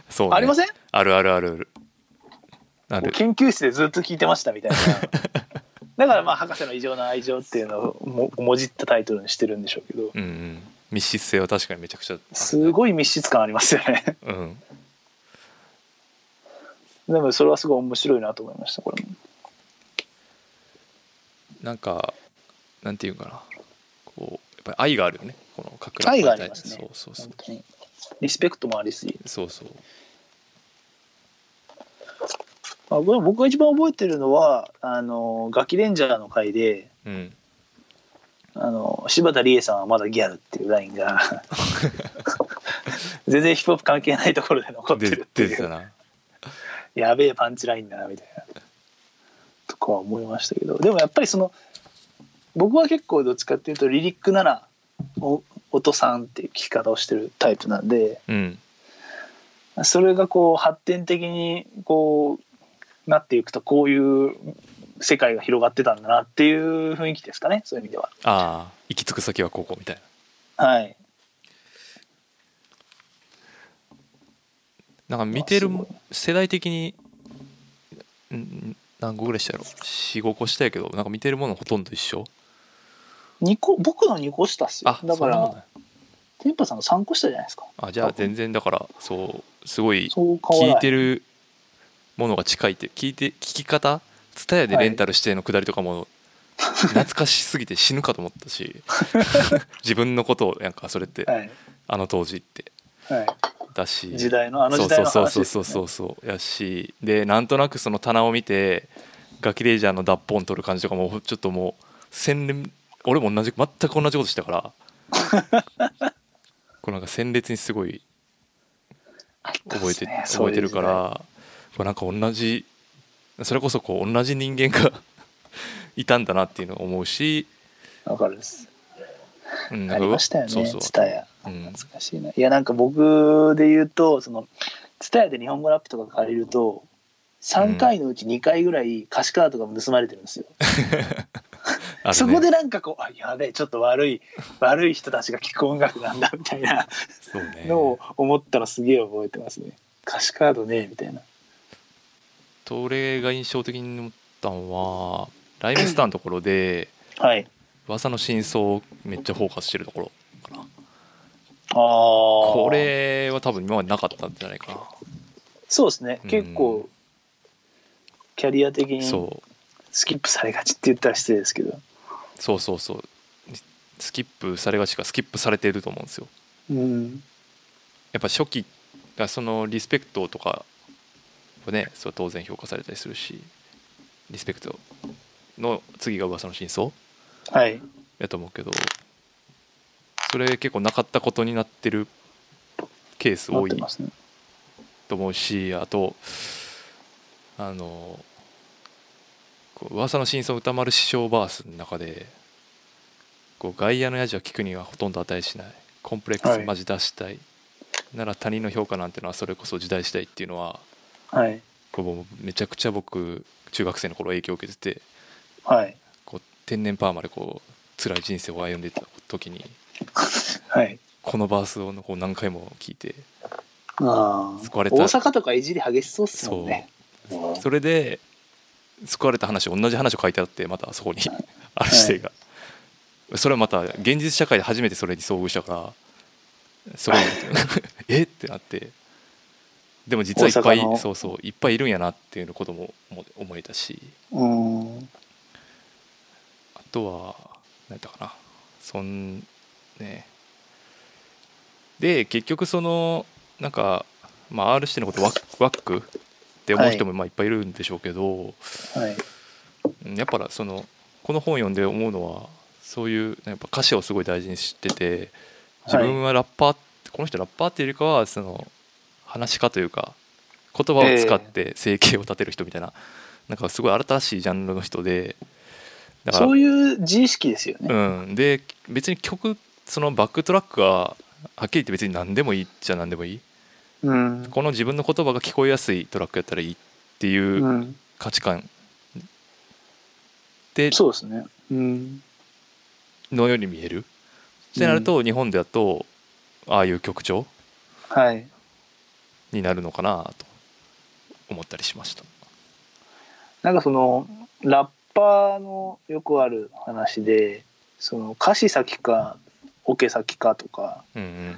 B: そうね
C: ありません
B: あるあるあるある。あ
C: こう
B: る
C: 研究室でずっと聞いてまし たみたいなだからまあ博士の異常な愛情っていうのをももじったタイトルにしてるんでしょうけど
B: うんうん、密室性は確かにめちゃくちゃあるね
C: すごい密室感ありますよね
B: うん、
C: でもそれはすごい面白いなと思いましたこれも
B: なんかなんていうかなこうやっぱり愛があるよねこの各
C: 愛がありますね
B: そうそうそう
C: 本当にリスペクトもありすぎ
B: そうそう
C: あこれ僕が一番覚えてるのはあのガキレンジャーの回で
B: うん
C: あの柴田理恵さんはまだギャルっていうラインが 全然ヒップホップ関係ないところで残って
B: で
C: るって
B: 出
C: い
B: てた
C: う
B: な
C: やべえパンチラインだなみたいなとかは思いましたけどでもやっぱりその僕は結構どっちかっていうとリリックならお音さんっていう聞き方をしてるタイプなんで
B: うん
C: それがこう発展的にこうなっていくとこういう世界が広がってたんだなっていう雰囲気ですかねそういう意味では
B: ああ行き着く先はここみたい
C: はい
B: ななんか見てる
C: まあす
B: 世代的にうん何個ぐらいしたやろ45個したやけどなんか見てるものほとんど一緒
C: 二個僕の2個下っすよ
B: あ
C: だか
B: そんなもん
C: ら
B: ね
C: テンパさんの3個下じゃないですか
B: あじゃあ全然だからそうすごい
C: そう変
B: 聞
C: わ
B: い
C: らな
B: て
C: い
B: るものが近いって聞いて聞き方蔦屋でレンタルしてのくだりとかも懐かしすぎて死ぬかと思った し自分のことをなんかそれって
C: はい、
B: あの当時って
C: はい、
B: だし
C: 時代のあの時代の話
B: そうそ
C: です、
B: う
C: ね、
B: そうそうそうやしでなんとなくその棚を見てガキレイジャーの脱本取る感じとかもちょっともう洗練俺も同じ全く同じことしたから こうなんか鮮烈にすごい覚えて、覚えてるからこうなんか同じそれこそこう同じ人間が いたんだなっていうのを思うし、
C: 分かるです
B: うんな
C: あ
B: んか
C: りましたよ
B: そう
C: ね
B: そう
C: ツタヤ
B: うん
C: 懐かしいないやなんか僕で言うとそのツタヤで日本語ラップとか借りると3回のうち2回ぐらい歌詞カードが盗まれてるんですよ、
B: あるね
C: そこでなんかこうあやべえちょっと悪い悪い人たちが聴く音楽なんだみたいな
B: そうね
C: のを思ったらすげえ覚えてますね歌詞カードねみたいな
B: と俺が印象的に思ったのはライムスターのところで
C: はい
B: 噂の真相をめっちゃフォーカスしてるところかな
C: あこ
B: これは多分今までなかったんじゃないか
C: そうですね
B: うん
C: 結構、キャリア的
B: な、
C: に
B: そう
C: スキップされがちって言ったら失礼ですけど
B: そうそうそうスキップされがちかスキップされてると思うんですよ
C: うん
B: やっぱ初期がそのリスペクトとかをねそう当然評価されたりするしリスペクトの次が噂の真相
C: はい
B: やと思うけどそれ結構なかったことになってるケース
C: 持っ
B: 多
C: て
B: い
C: ますね
B: と思うしあとあのこう噂の真相歌丸師匠バースの中でこう外野のやじは聞くにはほとんど値しないコンプレック
C: は
B: ス
C: い
B: マジ出したい、なら他人の評価なんてのはそれこそ時代次第っていうのは
C: はい
B: こうもうめちゃくちゃ僕中学生の頃影響を受けてて
C: はい
B: こう天然パーマでこう辛い人生を歩んでた時に
C: はい
B: このバースをこう何回も聞いて
C: ああ
B: 救わ
C: 大
B: れた
C: 阪とかいじり激しそうっすもんねうん
B: それで救われた話同じ話を書いてあってまたそこに ある指定が、それはまた現実社会で初めて それに遭遇したからすごいえってなってでも実はいっぱ
C: 大阪
B: い
C: の
B: そうそういっぱいいるんやなっていうことも思思えたし
C: うん
B: あとは何だかなそんねで結局そのなんか、まあ、R してのことワックワックって思う人もまあいっぱいいるんでしょうけど、
C: はい
B: うんやっぱそのこの本読んで思うのはそういうやっぱ歌詞をすごい大事にしてて自分はラッパー、この人ラッパーっていうよりかはその話し家というか言葉を使って生計を立てる人みたいな、なんかすごい新しいジャンルの人でだから
C: そういう自意識ですよね、
B: うん、で別に曲そのバックトラックははっきり言って別に何でもいいっちゃ何でもいい
C: うん、
B: この自分の言葉が聞こえやすいトラックやったらいいっていううん価値観で
C: そうですねうん
B: のように見えるってなると日本でだとああいう曲調
C: はい
B: になるのかなと思ったりしました
C: なんかそのラッパーのよくある話でその歌詞先かオケ先かとか
B: うんうん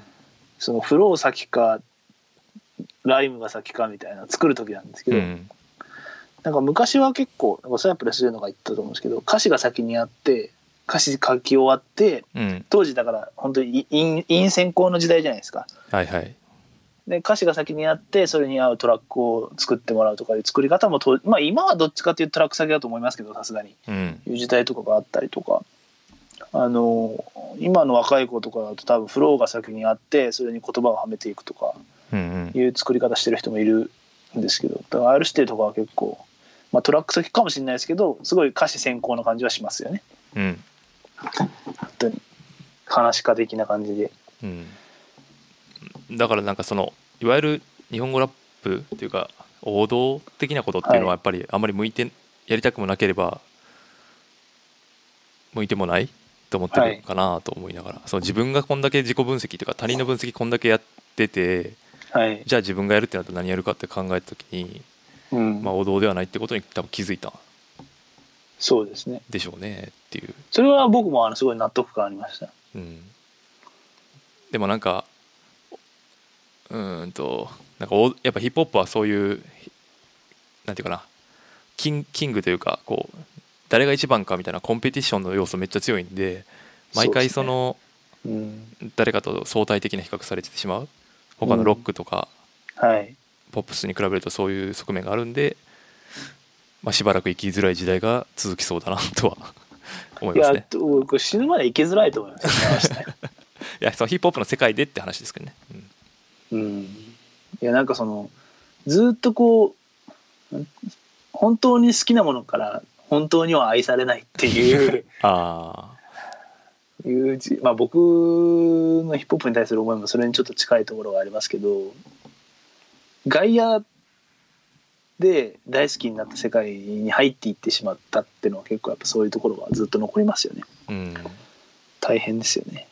C: そのフロー先かライムが先かみたいな作る時なんですけ
B: う
C: ど、
B: ん
C: なんか昔は結構なんかそれはプレスでのが言ったと思うんですけど歌詞が先にあって歌詞書き終わって
B: うん
C: 当時だから本当に陰陰先行の時代じゃないですか。
B: はいはい
C: で歌詞が先にあってそれに合うトラックを作ってもらうとかいう作り方もと、まあ、今はどっちかというとトラック先だと思いますけどさすがに
B: うん
C: いう時代とかがあったりとかあの今の若い子とかだと多分フローが先にあってそれに言葉をはめていくとか
B: うんうん
C: いう作り方してる人もいるんですけどだから R 指定とかは結構、まあ、トラック先かもしれないですけどすごい歌詞先行な感じはしますよね
B: うん
C: 本当に話し家的な感じで
B: うん、だからなんかそのいわゆる日本語ラップっていうか王道的なことっていうのは
C: は
B: やっぱりあんまり向いてやりたくもなければ向いてもないと思って
C: は
B: る
C: い
B: かなと思いながら、その自分がこんだけ自己分析というか他人の分析こんだけやってて
C: はい、
B: じゃあ自分がやるってなったら何やるかって考えた時に、
C: うん
B: まあ、王道ではないってことに多分気づいたん
C: そうですね
B: でしょうねっていう
C: それは僕もあのすごい納得感ありました
B: うん、でもなんかうーんとなんかおやっぱヒップホップはそういうひなんていうかなキンキングというかこう誰が一番かみたいなコンペティションの要素めっちゃ強いんで毎回その
C: うん
B: 誰かと相対的な比較されてしまう他のロックとか
C: はい
B: ポップスに比べるとそういう側面があるんで、まあ、しばらく生きづらい時代が続きそうだなとは 思い
C: い
B: ます
C: や
B: ね。
C: 僕死ぬまで生きづらいと思いますね
B: いやそのヒップホップの世界でって話ですけどね。うん
C: うんいやなんかそのずっとこうん本当に好きなものから本当には愛されないっていう
B: あ
C: いうじ、まあ、僕のヒップホップに対する思いもそれにちょっと近いところはありますけど外野で大好きになった世界に入っていってしまったっていうのは結構やっぱそういうところはずっと残りますよね
B: ーうん
C: 大変ですよね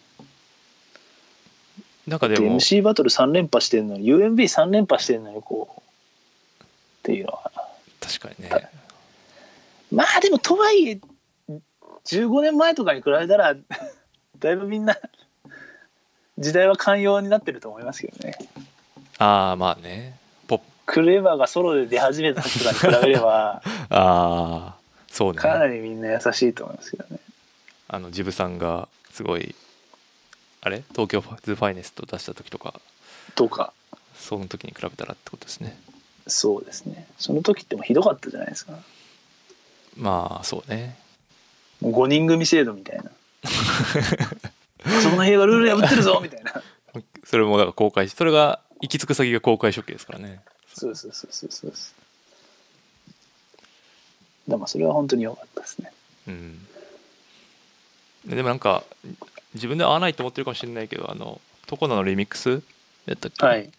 B: なんかで
C: で
B: も
C: MC バトル3連覇してるのに UMB3 連覇してるのにこうっていうのは
B: 確かにね
C: まあでもとはいえ15年前とかに比べたら だいぶみんな時代は寛容になってると思いますけどね
B: ああまあねポップ
C: クレバーがソロで出始めた時とかに比べれ ば
B: ああそう
C: かな
B: ね
C: りみんな優しいと思いますけどね
B: あのジブさんがすごいあれ東京ズファイネスト出した時とか
C: とか
B: その時に比べたらってことですね
C: そうですねその時ってもうひどかったじゃないですか
B: まあそうね
C: もう5人組制度みたいな そこの映画ルール破ってるぞみたいな
B: それもだから公開しそれが行き着く先が公開処刑ですからね
C: そうそうそうそうそうですでもそれは本当に良かったですね
B: うんでもなんか自分で合わないと思ってるかもしれないけどあのトコナのリミックスやったっけ、
C: はい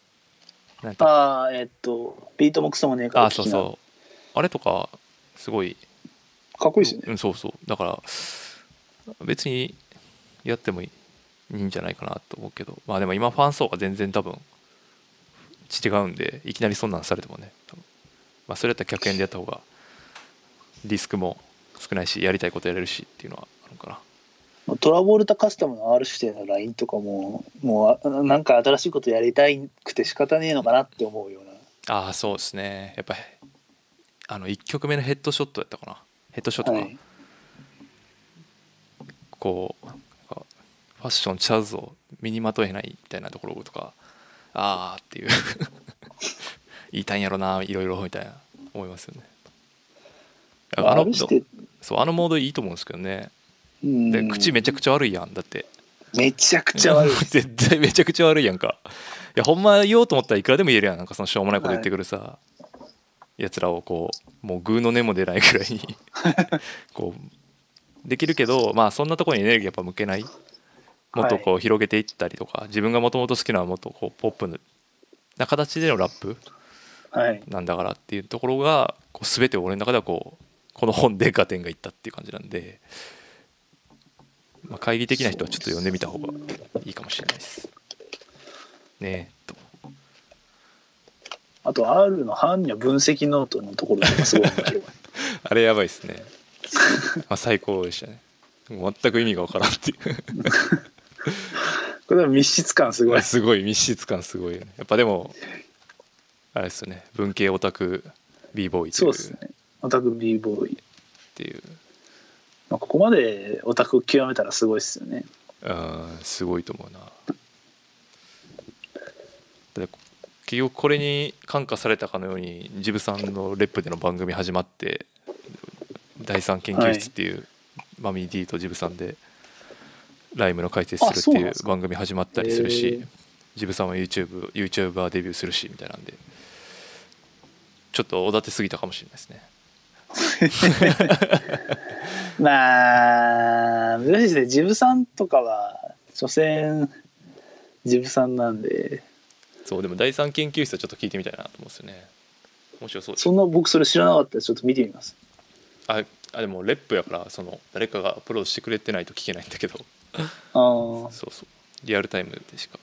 B: なんか
C: ああ、えっと、ビートもクソもねえから
B: あそうそうあれとかすごい
C: かっこいいですよね。
B: うん、そうそうだから別にやってもいいいいんじゃないかなと思うけどまあでも今ファン層が全然多分違うんでいきなりそんなんされてもね多分まあそれやったら100円でやった方がリスクも少ないしやりたいことやれるしっていうのはあるのかな
C: もうトラボルタカスタムの R 指定のラインとかも、もうあなんか新しいことやりたくて仕方ねえのかなって思うような
B: ああそうですねやっぱりあの1曲目のヘッドショットやったかなヘッドショット
C: は
B: か、
C: い、
B: こうなんかファッションちゃうぞ身にまとえないみたいなところとかああっていう 言いたいんやろないろいろみたいな思いますよねあ
C: あ
B: の
C: れして
B: そうあのモードいいと思うんですけどね
C: うん
B: で口めちゃくちゃ悪いやんだって
C: めちゃくち ゃ悪い
B: 絶対めちゃくちゃ悪いやんかいやほんま言おうと思ったらいくらでも言えるやんなんかそのしょうもないこと言ってくるさ、やつらをこうもうグーの根も出ないくらい にこうできるけどまあそんなところにエネルギーやっぱ向けないもっとこう広げていったりとか、自分がもともと好きなもっとこうポップな形でのラップ
C: はい
B: なんだからっていうところがこう全て俺の中ではこうこの本でガテンがいったっていう感じなんで、まあ、会議的な人はちょっと読んでみた方がいいかもしれないです。ねえと
C: あと R の般若分析ノートのところとかすごい面白い
B: あれやばい ですね。まあ最高でしたね。全く意味がわからんっていう
C: これは密室感すごい
B: すごい密室感すごいよね。やっぱでもあれですよね文系オタク b ボーイと
C: そ
B: いうう
C: ですねオタク b ボーイ、
B: っていう
C: まあ、ここまでオタクを極めたらすごいですよね
B: うんすごいと思うなだって結局これに感化されたかのようにジブさんのレップでの番組始まって第三研究室っていう、マミー D とジブさんでライムの解説
C: あ
B: す
C: そう
B: るってい
C: なんで
B: う
C: すか
B: 番組始まったりする
C: へ
B: し
C: ー
B: ジブさんは YouTube YouTuber デビューするしみたいなんでちょっとおだてすぎたかもしれないですね
C: まあ難しいですねジブさんとかは所詮ジブさんなんで
B: そうでも第三研究室はちょっと聞いてみたいなと思うんですよね面白そうですね
C: そんな僕それ知らなかったらちょっと見てみます
B: ああでもレップやからその誰かがアップロードしてくれてないと聞けないんだけど
C: あー
B: そうそうリアルタイムでしか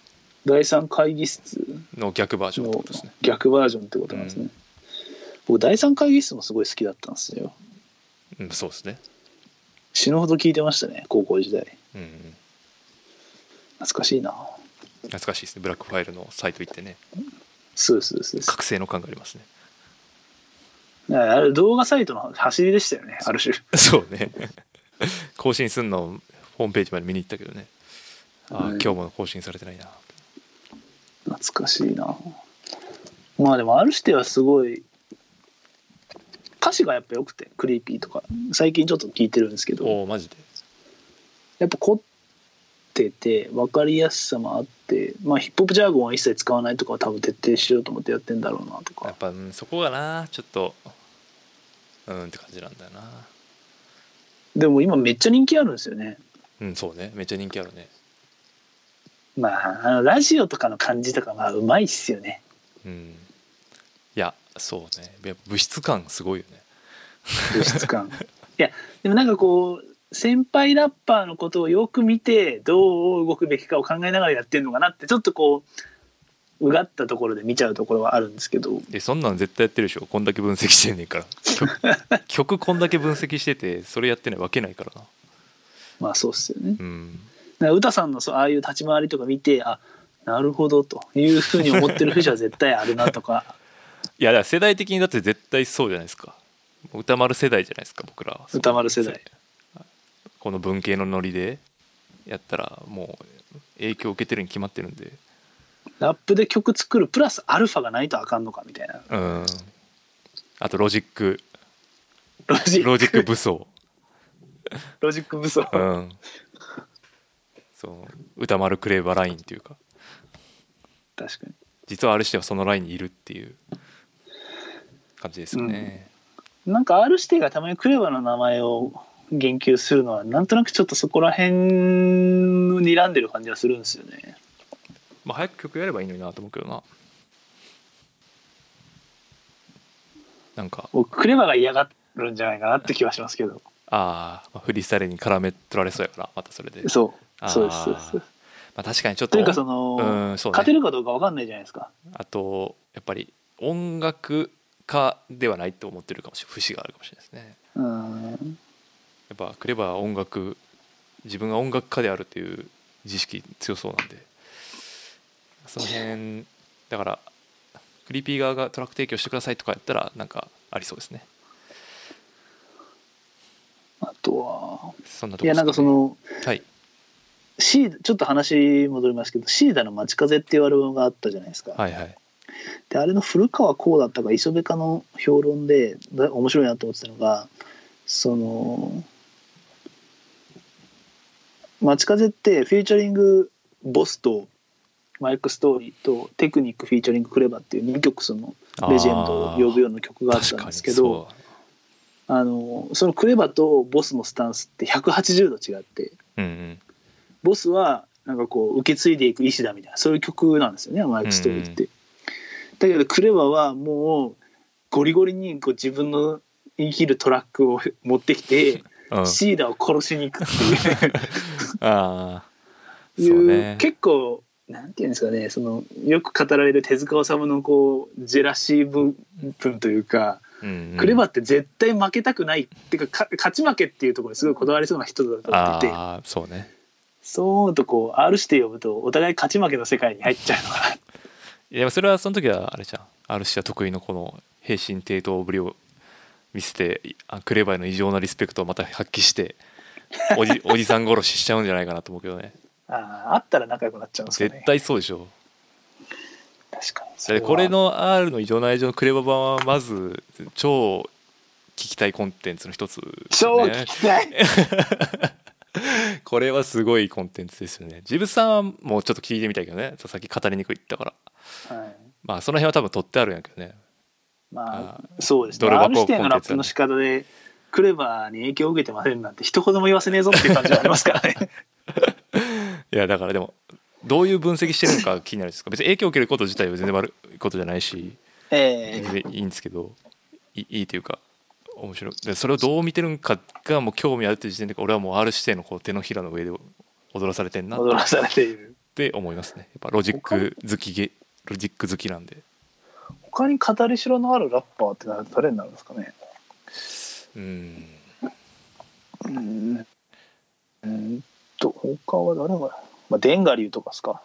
C: 第3会議室
B: の逆バージョンって
C: の
B: ことですね
C: 逆バージョンってことなんですね、
B: うん
C: 僕第3会議室もすごい好きだったんですよ
B: うんそうですね
C: 死ぬほど聞いてましたね高校時代
B: うんうん
C: 懐かしいな
B: 懐かしいですねブラックファイルのサイト行ってね
C: そうそうそうそう
B: 覚醒の感がありますね
C: あれ動画サイトの走りでしたよねある種
B: そうね 更新すんのホームページまで見に行ったけどねあー、
C: はい
B: 今日も更新されてないな
C: 懐かしいなまあでもあるしてはすごい歌詞がやっぱ良くてクリーピーとか最近ちょっと聞いてるんですけど
B: おおマジで
C: やっぱ凝ってて分かりやすさもあってまあヒップホップジャーゴンは一切使わないとかは多分徹底しようと思ってやってんだろうなと
B: や
C: か
B: っぱ、うんそこがなちょっとうんって感じなんだよな
C: でも今めっちゃ人気あるんですよね
B: うんそうねめっちゃ人気あるね
C: まああのラジオとかの感じとかまあうまいっすよね
B: うんいやそうねやっぱ物質感すごいよね
C: 物質感いやでもなんかこう先輩ラッパーのことをよく見てどう動くべきかを考えながらやってるのかなってちょっとこううがったところで見ちゃうところはあるんですけど
B: えそんなん絶対やってるでしょこんだけ分析してんねんから曲 曲こんだけ分析しててそれやってないわけないからな
C: まあそうっすよね
B: うん
C: なんか歌さんのそうああいう立ち回りとか見てあなるほどというふうに思ってる節は絶対あるなとか
B: いやだから世代的にだって絶対そうじゃないですか歌丸世代じゃないですか僕らは
C: 歌丸世代
B: この文系のノリでやったらもう影響を受けてるに決まってるんで
C: ラップで曲作るプラスアルファがないとあかんのかみたいな
B: うんあとロジック
C: ロジ
B: ロジック武装
C: ロジック武装、
B: うんそう歌丸クレーバーラインっていうか
C: 確かに
B: 実はある人はそのラインにいるっていう感じですよね、
C: なんか R 指定がたまにクレバの名前を言及するのはなんとなくちょっとそこら辺に睨んでる感じがするんですよね。
B: まあ早く曲やればいいのになと思うけどななんか
C: 僕クレバが嫌がるんじゃないかなって気はしますけど。
B: あーまあフリースタイルに絡め取られそうやからまたそれで
C: そ
B: あー
C: う、そうです、そうです。
B: まあ、確かにちょっと
C: というかその、
B: うんそうね
C: 勝てるかどうかわかんないじゃないですか。
B: あとやっぱり音楽家ではないと思ってるかもしれない節があるかもしれないですね
C: うん、
B: やっぱクレバーは音楽自分が音楽家であるっていう自意識強そうなんでその辺だからクリーピー側がトラック提供してくださいとかやったらなんかありそうですね
C: あとは
B: そんなと
C: い
B: こで
C: や
B: すか
C: なんかその
B: はい
C: シーちょっと話戻りますけど「シーダの街風」っていうアルバムがあったじゃないですか、
B: はいはい
C: であれの古川こうだったか磯部かの評論でだ面白いなと思ってたのがその「街風」ってフィーチャリングボスとマイク・ストーリーとテクニックフィーチャリングクレバっていう2曲そのレジェンドを呼ぶような曲があったんですけど
B: 確かにそ
C: あのそのクレバとボスのスタンスって180度違って
B: ううんうん
C: ボスはなんかこう受け継いでいく意志だみたいなそういう曲なんですよねマイク・ストーリーって。だけどクレバはもうゴリゴリにこう自分の生きるトラックを持ってきて、
B: うん、
C: シーダを殺しに行くっていう
B: ああ
C: い
B: そう
C: う
B: ね
C: 結構なんていうんですかねそのよく語られる手塚治虫のこうジェラシー分分というか、
B: うんうん
C: クレバって絶対負けたくないっていうかか勝ち負けっていうところにすごいこだわりそうな人だと思ってて
B: ああそうね
C: そう思うとこう R して呼ぶとお互い勝ち負けの世界に入っちゃうのかな
B: いやでもそれはその時はあれじゃんある氏は得意のこの平身抵当ぶりを見せていあクレバへの異常なリスペクトをまた発揮しておじ おじさん殺ししちゃうんじゃないかなと思うけどね
C: あーあったら仲良くなっちゃうんですよ
B: 絶
C: ね
B: 対そうでしょ
C: 確かにそ
B: だってこれ
C: は
B: の R の異常な異常のクレバ版はまず超聞きたいコンテンツの一つです
C: 超
B: よね、
C: 聞きたい
B: これはすごいコンテンツですよねジブさんはもうちょっと聞いてみたいけどねさっき語りにくいって言ったから
C: はい
B: まあその辺は多分取ってあるんやけどね
C: まあ
B: あ
C: そうですね。
B: ドル
C: R
B: 箱
C: 視点のラップの仕方でクレバーに影響を受けてませんなんて一言も言わせねえぞっていう感じはありますか らね。
B: いやだからでもどういう分析してるのか気になるんですか別に影響を受けること自体は全然悪いことじゃないし
C: え
B: 全
C: え
B: 然いいんですけどいいいというか面白いでそれをどう見てるんかがもう興味あるっていう時点で俺はもう R 指定のこう手のひらの上で踊らされてんなっ
C: 踊らされている。
B: て思いますねやっぱロジック好きげロジック好きなんで
C: 他に語りしろのあるラッパーってなると誰になるんですかね。
B: うん
C: うん。うんと他は誰が、まあデンガリューとかですか。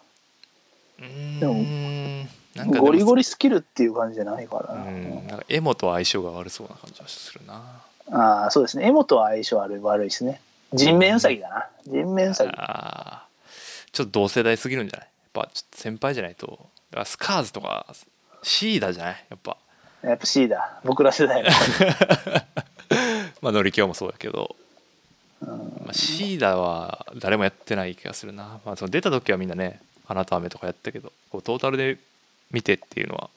B: う
C: でも
B: ーんなんかでも
C: ゴリゴリスキルっていう感じじゃないか
B: うんなんかエモと相性が悪そうな感じはするな
C: ら。ああそうですね。エモとは相性悪い悪いですね。人面ウサギだな。人面ウサギ。
B: あーちょっと同世代すぎるんじゃないやっぱちょっと先輩じゃないとだからスカーズとかシーダじゃないやっぱ
C: やっぱ C だ。僕ら世代の。
B: まあノリキョもそうやけど、まあ、シーダは誰もやってない気がするな、まあ、その出た時はみんなね「花と雨」とかやったけどこうトータルで見てっていうのは、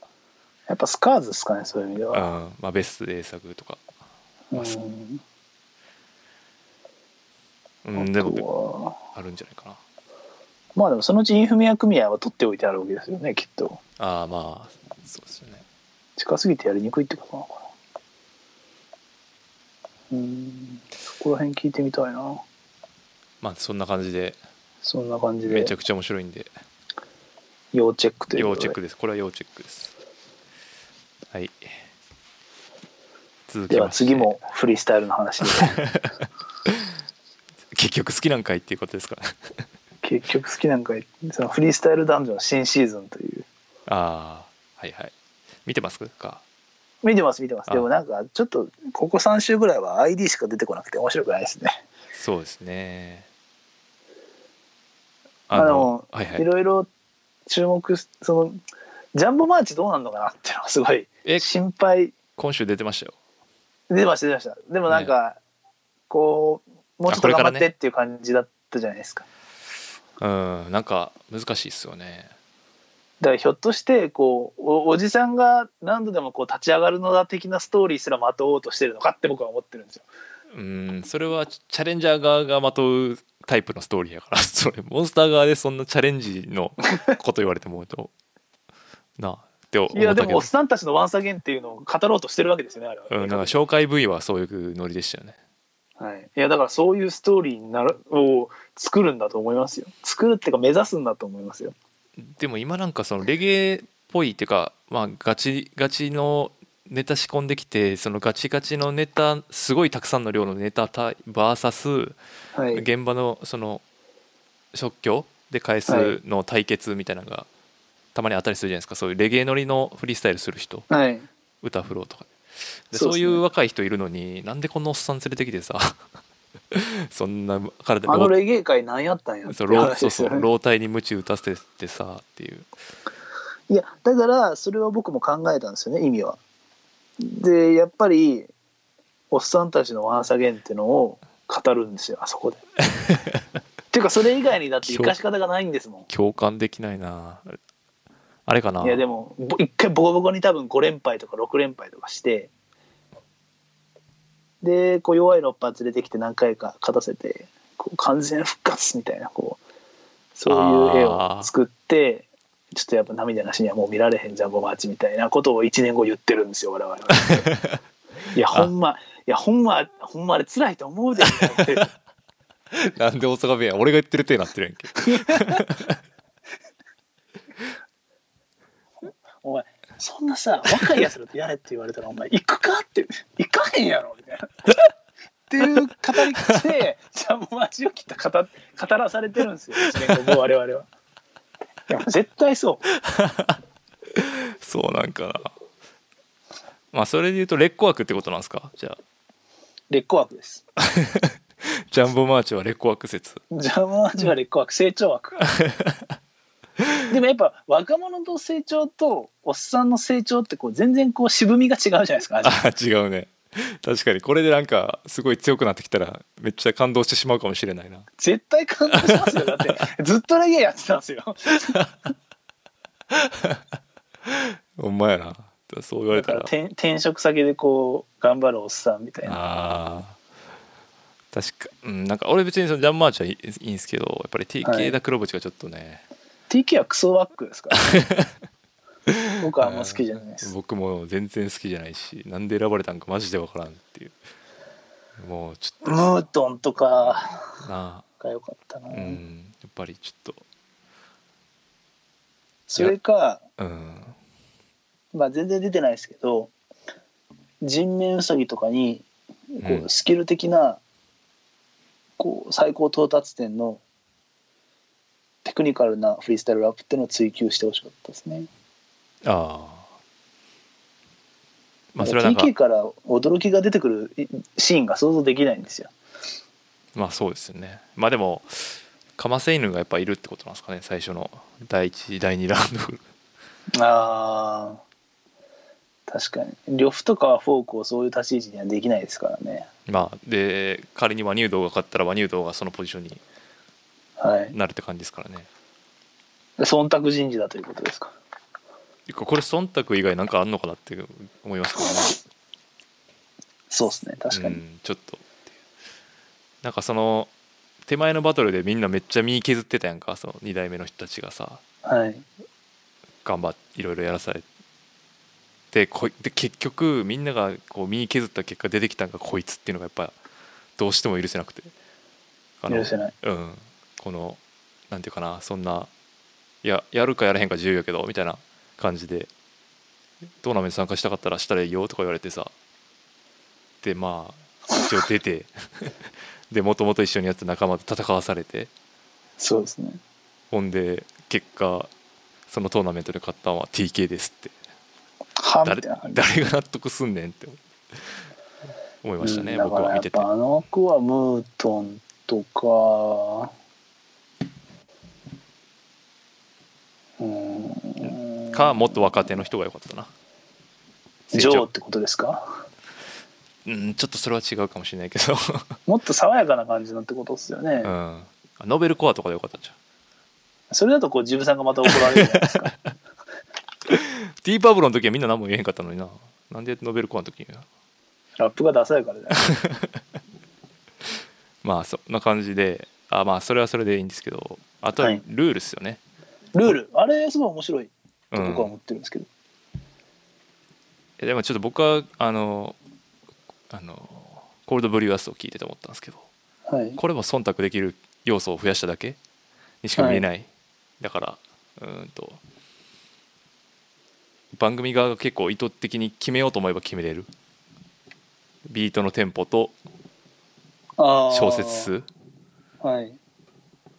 C: やっぱスカーズですかねそういう意味で
B: う
C: は。
B: んまあ、ベスト英作とか、
C: うん
B: うん、でも
C: も
B: あるんじゃないかな
C: まあでもそのうちインフミヤ組合は取っておいてあるわけですよねきっと
B: ああまあそうですよね
C: 近すぎてやりにくいってことなのかなうんそこら辺聞いてみたいな
B: まあそんな感じで
C: そんな感じ
B: め
C: で
B: ちゃくちゃ面白いんで
C: 要チェックというこ
B: 要
C: と
B: チ
C: で
B: ェックです。これは要チェックです。はい。続き
C: では
B: まして
C: 次もフリースタイルの話で
B: 結局好きなんかいっていうことですか。
C: 結局好きなんかいそのフリースタイルダンジョン新シーズンという
B: ああ、はいはい。見てますか。
C: 見てます見てます
B: あ
C: でもなんかちょっとここ3週ぐらいは ID しか出てこなくて面白くないですね
B: そうですね。
C: まあでも
B: はいはいい。
C: ろいろ注目すそのジャンボマーチどうなんのかなっていうのがすごい
B: え、
C: 心配
B: 今週出てましたよ。
C: 出ました出ましたでもなんか、こうもう
B: あ
C: ちょっ
B: ことれか
C: 頑
B: ら
C: 張っ
B: ね
C: てっていう感じだったじゃないですか
B: うん、なんか難しいですよね。
C: だからひょっとしてこうおおじさんが何度でもこう立ち上がるのだ的なストーリーすらまとおうとしてるのかって僕は思ってるんですよ
B: うん、それはチャレンジャー側がまとうタイプのストーリーやから、 それモンスター側でそんなチャレンジのこと言われてもと、なあって思ったけ
C: い
B: ど。
C: やでもおっさんたちのワンサゲンっていうのを語ろうとしてるわけですよねあれは、
B: うん、なんか紹介部位はそういうノリでしたよね。
C: はい、いやだからそういうストーリーになるを作るんだと思いますよ作るっていうか目指すんだと思いますよ
B: でも今なんかそのレゲエっぽいっていうか、まあ、ガチガチのネタ仕込んできてそのガチガチのネタすごいたくさんの量のネタ対バーサス
C: はい
B: 現場のその即興で返すの対決みたいなのがたまに当たりするじゃないですかそういうレゲエ乗りのフリースタイルする人
C: はい
B: 歌フローとかで
C: そ
B: そうう
C: ですね
B: いう若い人いるのになんでこんなおっさん連れてきてさ そんな体
C: あの
B: 老
C: レゲエ界何やったんやって
B: そう老
C: 話
B: そう
C: です
B: そ
C: よね
B: う老体に鞭打たせてさっていう
C: いやだからそれは僕も考えたんですよね意味は。でやっぱりおっさんたちのワンサゲンってのを語るんですよ あそこで。っていうかそれ以外にだって生かし方がないんですも。
B: 共感できないなあれあれかなん
C: いやでもぼ一回ボコボコに多分5連敗とか6連敗とかしてでこう弱いロッパー連れてきて何回か勝たせてこう完全復活みたいなこうそういう絵を作って。ちょっとやっぱ涙なしにはもう見られへんジャンボマーチみたいなことを1年後言ってるんですよ我々は。いやほんまいやほんまほんまあれ辛いと思うでって
B: なんで大阪弁や俺が言ってる手になってるやん け
C: お前そんなさ若いやつらとやれって言われたらお前行くかって行かへんやろみたいな。っていう語り口でジャンボマーチを切った語語らされてるんですよ1年後もう我々は。いや絶対そう。
B: そうなんかなまあそれで言うと劣行枠ってことなんですかじゃあ
C: 劣行枠です。
B: ジャンボマーチは劣行枠説
C: ジャム味は劣化枠成長枠でもやっぱ若者と成長とおっさんの成長ってこう全然こう渋みが違うじゃないですか
B: あ
C: 味
B: 違うね確かにこれでなんかすごい強くなってきたらめっちゃ感動してしまうかもしれないな
C: 絶対感動しますよだってずっとレゲエやってたんですよ
B: ほんまやなそう言われた
C: だからら転転職先でこう頑張るおっさんみたいな
B: あー確かうんなんか俺別にそのジャンマーチはいいいいんですけどやっぱり
C: は
B: TK
C: い
B: だ黒渕がちょっとね、
C: TK はクソワックで すから僕はあんま好きじゃないです
B: 僕も全然好きじゃないしなんで選ばれたんかマジでわからんっていうもうちょ
C: ムートンとか
B: っとな
C: が良かったな、
B: うんやっぱりちょっ
C: それか
B: とうん
C: まあ、全然出てないですけど人面ウサギとかにこ
B: う
C: うんスキル的な、こう最高到達点のテクニカルなフリースタイルラップっていうのを追求してほしかったですね。
B: ああまあそれはなんか
C: TK から驚きが出てくるいシーンが想像できないんですよ。
B: まあそうですよねまあでもカマセイヌがやっぱいるってことなんですかね最初の第1第2ラウンド
C: あー確かに呂布とかはフォークをそういう立ち位置にはできないですからね。
B: まあで仮にワニュードが勝ったらワニュードがそのポジションに
C: はい、
B: なるって感じですからね
C: 忖度人事だということですか。
B: これ忖度以外なんかあんのかなって思いますけどね
C: そうですね確かに、
B: うん、ちょっとなんかその手前のバトルでみんなめっちゃ身削ってたやんかその2代目の人たちがさ
C: はい
B: 頑張っていろいろやらされてこいで結局みんながこう身削った結果出てきたんがこいつっていうのがやっぱどうしても許せなくてあの
C: 許せない。
B: うん、このなんていうかなそんないややるかやらへんか自由やけどみたいな感じでトーナメント参加したかったらしたらいいよとか言われてさでまあ一応出て でもともと一緒にやってた仲間と戦わされて
C: そうですね。
B: ほんで結果そのトーナメントで勝ったのは TK ですって
C: はみ
B: 誰
C: たいな感じ
B: 誰が納得すんねんって思いましたね、
C: うんだ
B: 僕
C: から
B: は
C: や
B: 見
C: って
B: て
C: ぱあの子はムートンとかうん
B: かもっと若手の人が良かったな
C: ジョーってことですか
B: うんちょっとそれは違うかもしれないけど
C: もっと爽やかな感じのってことですよね、
B: うん、ノベルコアとかでよかったじゃん
C: それだとこうジブさんがまた怒られるじゃない ですか
B: ディーパーブロの時はみんな何も言えへんかったのにななんでノベルコアの時にな
C: ラップがダサいからじゃないですか
B: まあそんな感じであまあそれはそれでいいんですけどあとは
C: はい
B: ルールですよね、
C: ルールあれすごい面白いと
B: うん
C: 僕は思ってるんですけど、
B: えでもちょっと僕はあのあのコールドブリュアスを聞いてて思ったんですけど
C: はい
B: これも忖度できる要素を増やしただけにしか見えない、だからうーんと番組側が結構意図的に決めようと思えば決めれるビートのテンポと
C: あー
B: 小説数
C: はい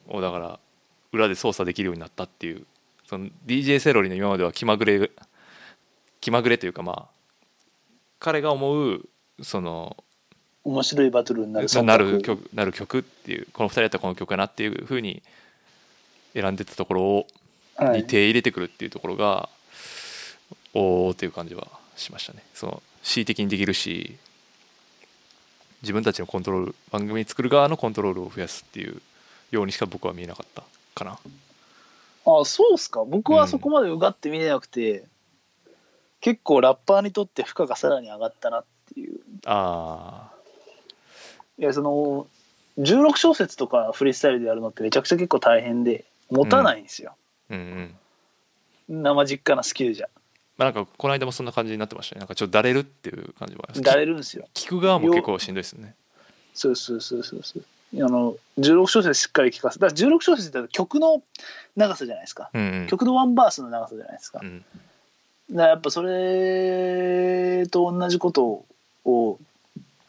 B: をだから裏で操作できるようになったっていうその DJ セロリの今までは気まぐれ気まぐれというかまあ彼が思うその
C: 面白いバトルになる
B: ななる曲なる曲っていうこの2人だったらこの曲かなっていうふうに選んでたところを
C: は
B: に
C: い、
B: 手入れてくるっていうところが、おおっていう感じはしましたねその恣意的にできるし自分たちのコントロール番組作る側のコントロールを増やすっていうようにしか僕は見えなかったかな
C: あそうっすか僕はそこまでうがって見れなくて、結構ラッパーにとって負荷がさらに上がったなっていう
B: あ
C: いやその16小節とかフリースタイルでやるのってめちゃくちゃ結構大変で持たないんですよ、
B: ーうんうん
C: 生実家なスキルじゃ
B: まあなんかこの間もそんな感じになってましたねなんかちょっとだれるっていう感じもあります
C: だれるんですよ
B: 聞く側も結構しんどいですね
C: そうそうそうそうそうあの16小節しっかり聴かすだから16小節って曲の長さじゃないですか、
B: うんうん
C: 曲のワンバースの長さじゃないですか、
B: うん
C: だからやっぱそれと同じことを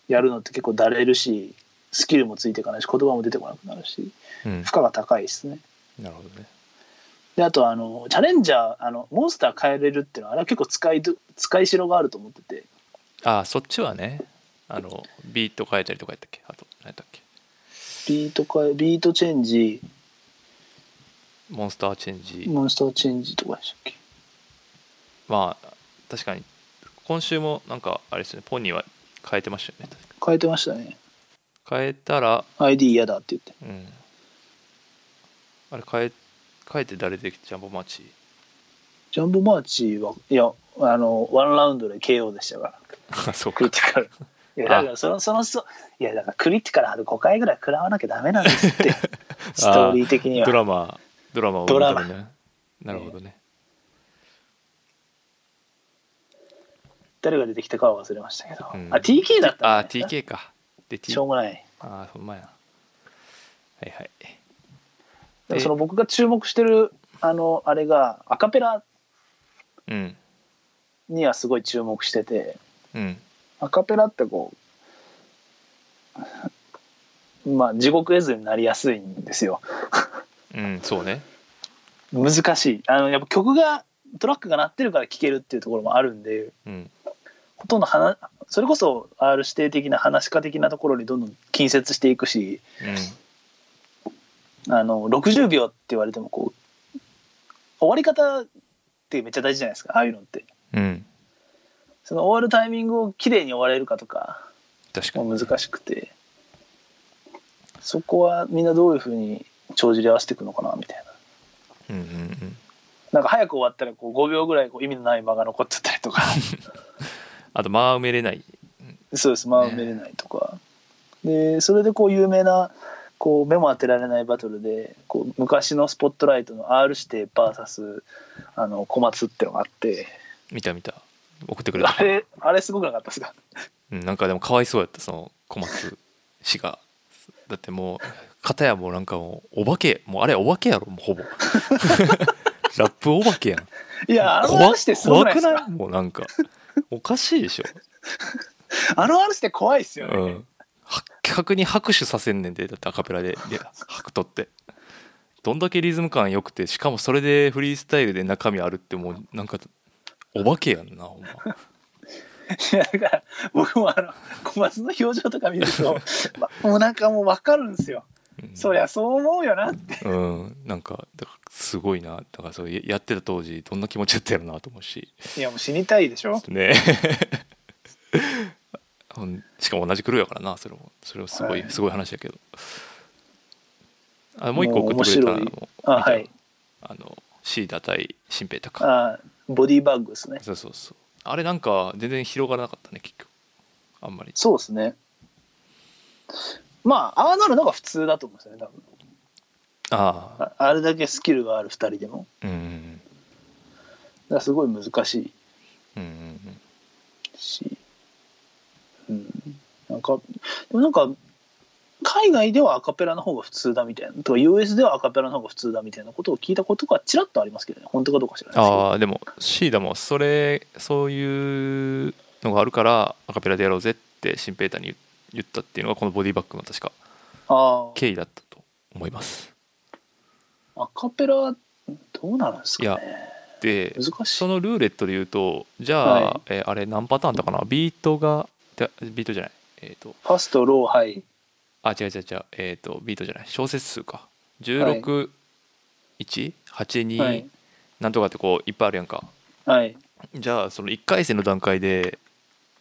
C: やるのって結構だれるしスキルもついていかないし言葉も出てこなくなるし
B: うん
C: 負荷が高いですね
B: なるほどね
C: であとあのチャレンジャーあのモンスター変えれるっていうのはあれは結構使いど使いしろがあると思ってて
B: ああそっちはねあのビート変えたりとかやったっけあと何やったっけ
C: ビート変えビートチェンジ
B: モンスターチェンジ、
C: モンスターチェンジとかでしたっけ
B: まあ確かに今週もなんかあれですねポニーは変えてましたよね確か
C: 変えてましたね
B: 変えたら、
C: ID 嫌だって言って
B: うん、あれ変え変えて誰でジャンボマーチ
C: ジャンボマーチはいやあのワンラウンドで KO でしたから
B: あ そうか
C: クリテ ィカルいやだからそのそのそいやだからクリティカルは5回ぐらい食らわなきゃダメなんですって ストーリー的には
B: ドラマドラマを
C: ドラ
B: 生む
C: マ
B: ためにねなるほどね、
C: 誰が出てきたかは忘れましたけど、
B: うん
C: あ TK だった
B: あ
C: んだね
B: TK かで T
C: しょうがない
B: あほんまやはいはい
C: でもその僕が注目してるあのあれがアカペラ
B: うん
C: にはすごい注目してて
B: うん
C: アカペラってこうまあ地獄絵図になりやすいんですよ
B: うんそうね
C: 難しいあのやっぱ曲がトラックが鳴ってるから聴けるっていうところもあるんで
B: うん
C: ほとんど話それこそ R 指定的な話し家的なところにどんどん近接していくしあの60秒って言われてもこう終わり方ってめっちゃ大事じゃないですかああいうのって
B: うんうん
C: その終わるタイミングを綺麗に終われるかとか
B: 確かに
C: も難しくてそこはみんなどういうふうに帳尻合わせていくのかなみたいな
B: うんうんうん
C: なんか早く終わったらこう5秒ぐらいこう意味のない間が残っちゃったりとか
B: あと間埋めれない
C: そうです間埋めれないとか、でそれでこう有名なこう目も当てられないバトルでこう昔のスポットライトの R 指定 VS あの小松ってのがあって
B: 見た見た送ってくれた
C: あれあれすごくなかったですか
B: うん、なんかでもかわいそうやったその小松氏がだってもう片やもうなんかもうお化けもうあれお化けやろもうほぼ ラップお化けやん
C: いやあの R
B: 怖
C: 指定すごくないです
B: 怖
C: か
B: くないもうなんかおかしいで しょ、
C: あの R 指定怖いです
B: う
C: よね、
B: ん、は客に拍手させんねんでだってアカペラでで拍取ってどんだけリズム感良くてしかもそれでフリースタイルで中身あるってもうなんかお化けやんなほんま
C: いやだから僕もあの小松の表情とか見ると、 まもうなんかもう分かるんですよ、
B: うん
C: そりゃそう思うよなって
B: うん、なんかだからすごいなだからそうややってた当時どんな気持ちだったやろなと思うし
C: いやもう死にたいでしょ
B: ね ほんしかも同じクルーやからなそれもそれもすごい、
C: はい
B: すごい話やけどあもう一個送ってくれたの
C: もう面
B: も
C: あ
B: 見た
C: は
B: よ
C: い
B: あのシーダ対新平とか
C: あボディバッグですね
B: そうそうそうあれなんか全然広がらなかったね結局あんまり
C: そうですねまあああなるのが普通だと思うんですよね多分
B: ああ
C: ああれだけスキルがある2人でも
B: うんうん
C: だからすごい難し
B: うんうんうん
C: いしうんなんかでもなんか海外ではアカペラの方が普通だみたいなとか US ではアカペラの方が普通だみたいなことを聞いたことがちらっとありますけどね本当かどうか知らないですけど
B: ああでもシーダもそれそういうのがあるからアカペラでやろうぜって新平太に言言ったっていうのがこのボディバッグの確か
C: ああ
B: 経緯だったと思います
C: アカペラどうなるんですかね
B: で
C: 難しい
B: そのルーレットで言うとじゃあ、
C: はい
B: えーあれ何パターンだったかなビートがてビートじゃないえっ、と
C: ファストローハイ
B: あ違う違う違うえっ、とビートじゃない小節数か16182、182
C: はい
B: なんとかってこういっぱいあるやんか
C: はい
B: じゃあその1回戦の段階で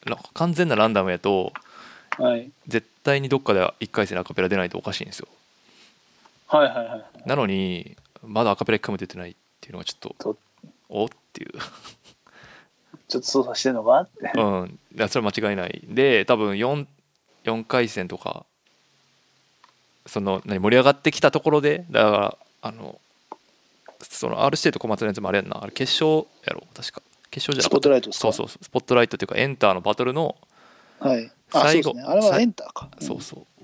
B: ら完全なランダムやと
C: はい
B: 絶対にどっかで1回戦でアカペラ出ないとおかしいんですよ
C: はいはいはい
B: なのにまだアカペラ1回も出てないっていうのがちょっと
C: と
B: おっていう
C: ちょっと操作してんのかって
B: うん、いやそれは間違いないで多分 4, 4回戦とかその何盛り上がってきたところでだからあのその R 指定と小松のやつもあれやんなあれ決勝やろ確か決勝じゃ
C: ス
B: なかっ
C: ポッ
B: た
C: トライトです
B: そ
C: か
B: うそうそうスポットライトっていうかエンターのバトルの
C: はいあ
B: 最後
C: そうですねあれはエンターか
B: そうそう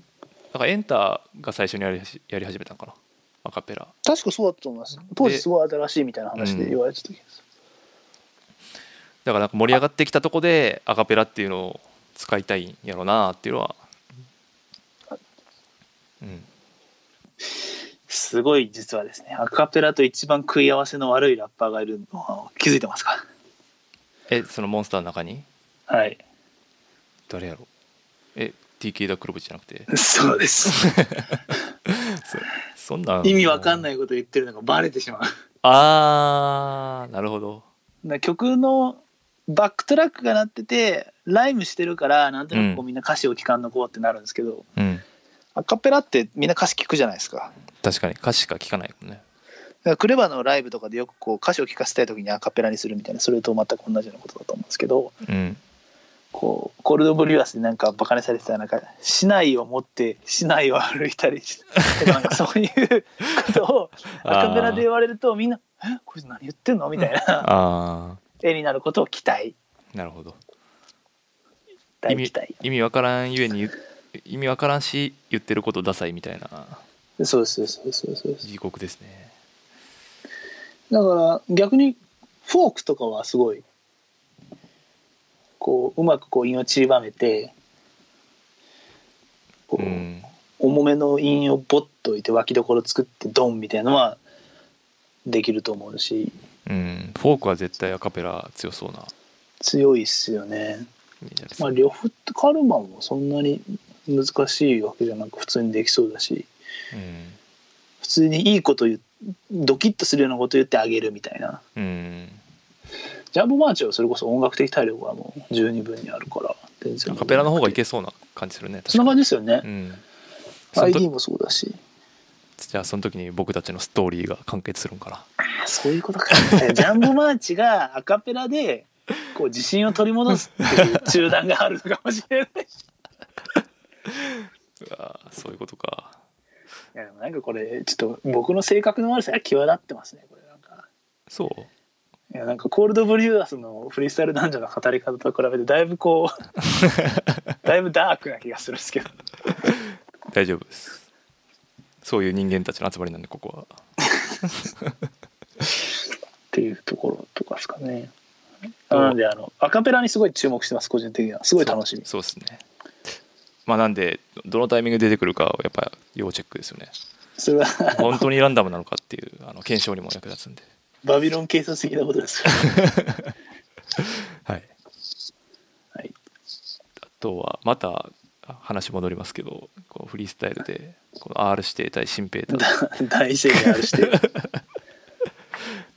B: だからエンターが最初にやりはじやり始めたんかなアカペラ
C: 確かそうだったと思います当時すごい新しいみたいな話で言われてた気がす
B: だからなんか盛り上がってきたとこでアカペラっていうのを使いたいんやろうなっていうのはうん
C: るすごい実はですねアカペラと一番食い合わせの悪いラッパーがいるのは気づいてますか
B: えそのモンスターの中に
C: はい
B: 誰やろえ TK ダ・クロブじゃなく て
C: そ うです
B: そそんなん
C: 意味わかん
B: い
C: ないこと言ってるのがバレてしまう
B: あーなるほど
C: な曲のバックトラックが鳴っててライムしてるからなんとなくこ
B: う
C: うみんな歌詞を聞かんのこうってなるんですけど、
B: うん
C: アカペラってみんな歌詞聞くじゃないですか。
B: 確かに歌詞しか聞かないもんね
C: だからクレバのライブとかでよくこう歌詞を聞かせたい時にアカペラにするみたいなそれと全く同じようなことだと思うんですけど
B: うん
C: こうコールドブリュアスでなんかバカにされてたなんか市内を持って市内を歩いたりしてなんかそういうことをアカペラで言われるとみんな「えこいつ何言ってんの?」みたい な
B: あ
C: 絵になることを期待
B: ーなるほど
C: 大期待
B: 意味わからんゆえに意味わからんし言ってることダサいみたいな
C: そうですそうですそうですそうです
B: 地獄ですね
C: だから逆にフォークとかはすごいこううまくこう韻をちりばめてこ
B: う
C: う、
B: ん
C: 重めの韻をボッと置いて脇どころ作ってドンみたいなのはできると思うし
B: うんフォークは絶対アカペラ強そうな
C: 強いっすよね。
B: イメージあり
C: ま
B: そ
C: あ、
B: う
C: 両方ってカルマもそんなに難しいわけじゃなく普通にできそうだし
B: うん
C: 普通にいいこと言うドキッとするようなこと言ってあげるみたいな
B: うん
C: ジャンボマーチはそれこそ音楽的体力がもう十二分にあるから全然
B: アカペラの方がいけそうな感じするね
C: そんな感じですよね
B: う、んその時
C: ID もそうだし
B: じゃあその時に僕たちのストーリーが完結するんかな
C: あそういうことかジャンボマーチがアカペラでこう自信を取り戻すっていう中断があるのかもしれない
B: うわーそういうことか
C: いやでもなんかこれちょっと僕の性格の悪さが際立ってますねこれなんか
B: そう
C: いやなんかコールドブリューアスのフリースタイル男女の語り方と比べてだいぶこうだいぶダークな気がするんですけど
B: 大丈夫ですそういう人間たちの集まりなんでここは
C: っていうところとかですかね。なのであのアカペラにすごい注目してます個人的にはすごい楽しみ
B: そうそうですねまあなんでどのタイミングで出てくるかはやっぱ要チェックですよね
C: それは
B: 本当にランダムなのかっていうあの検証にも役立つんで
C: バビロン警察的なことですから
B: はい
C: はい
B: あとはまた話戻りますけどこうフリースタイルでこの R 指定対新平対
C: 大正義あるして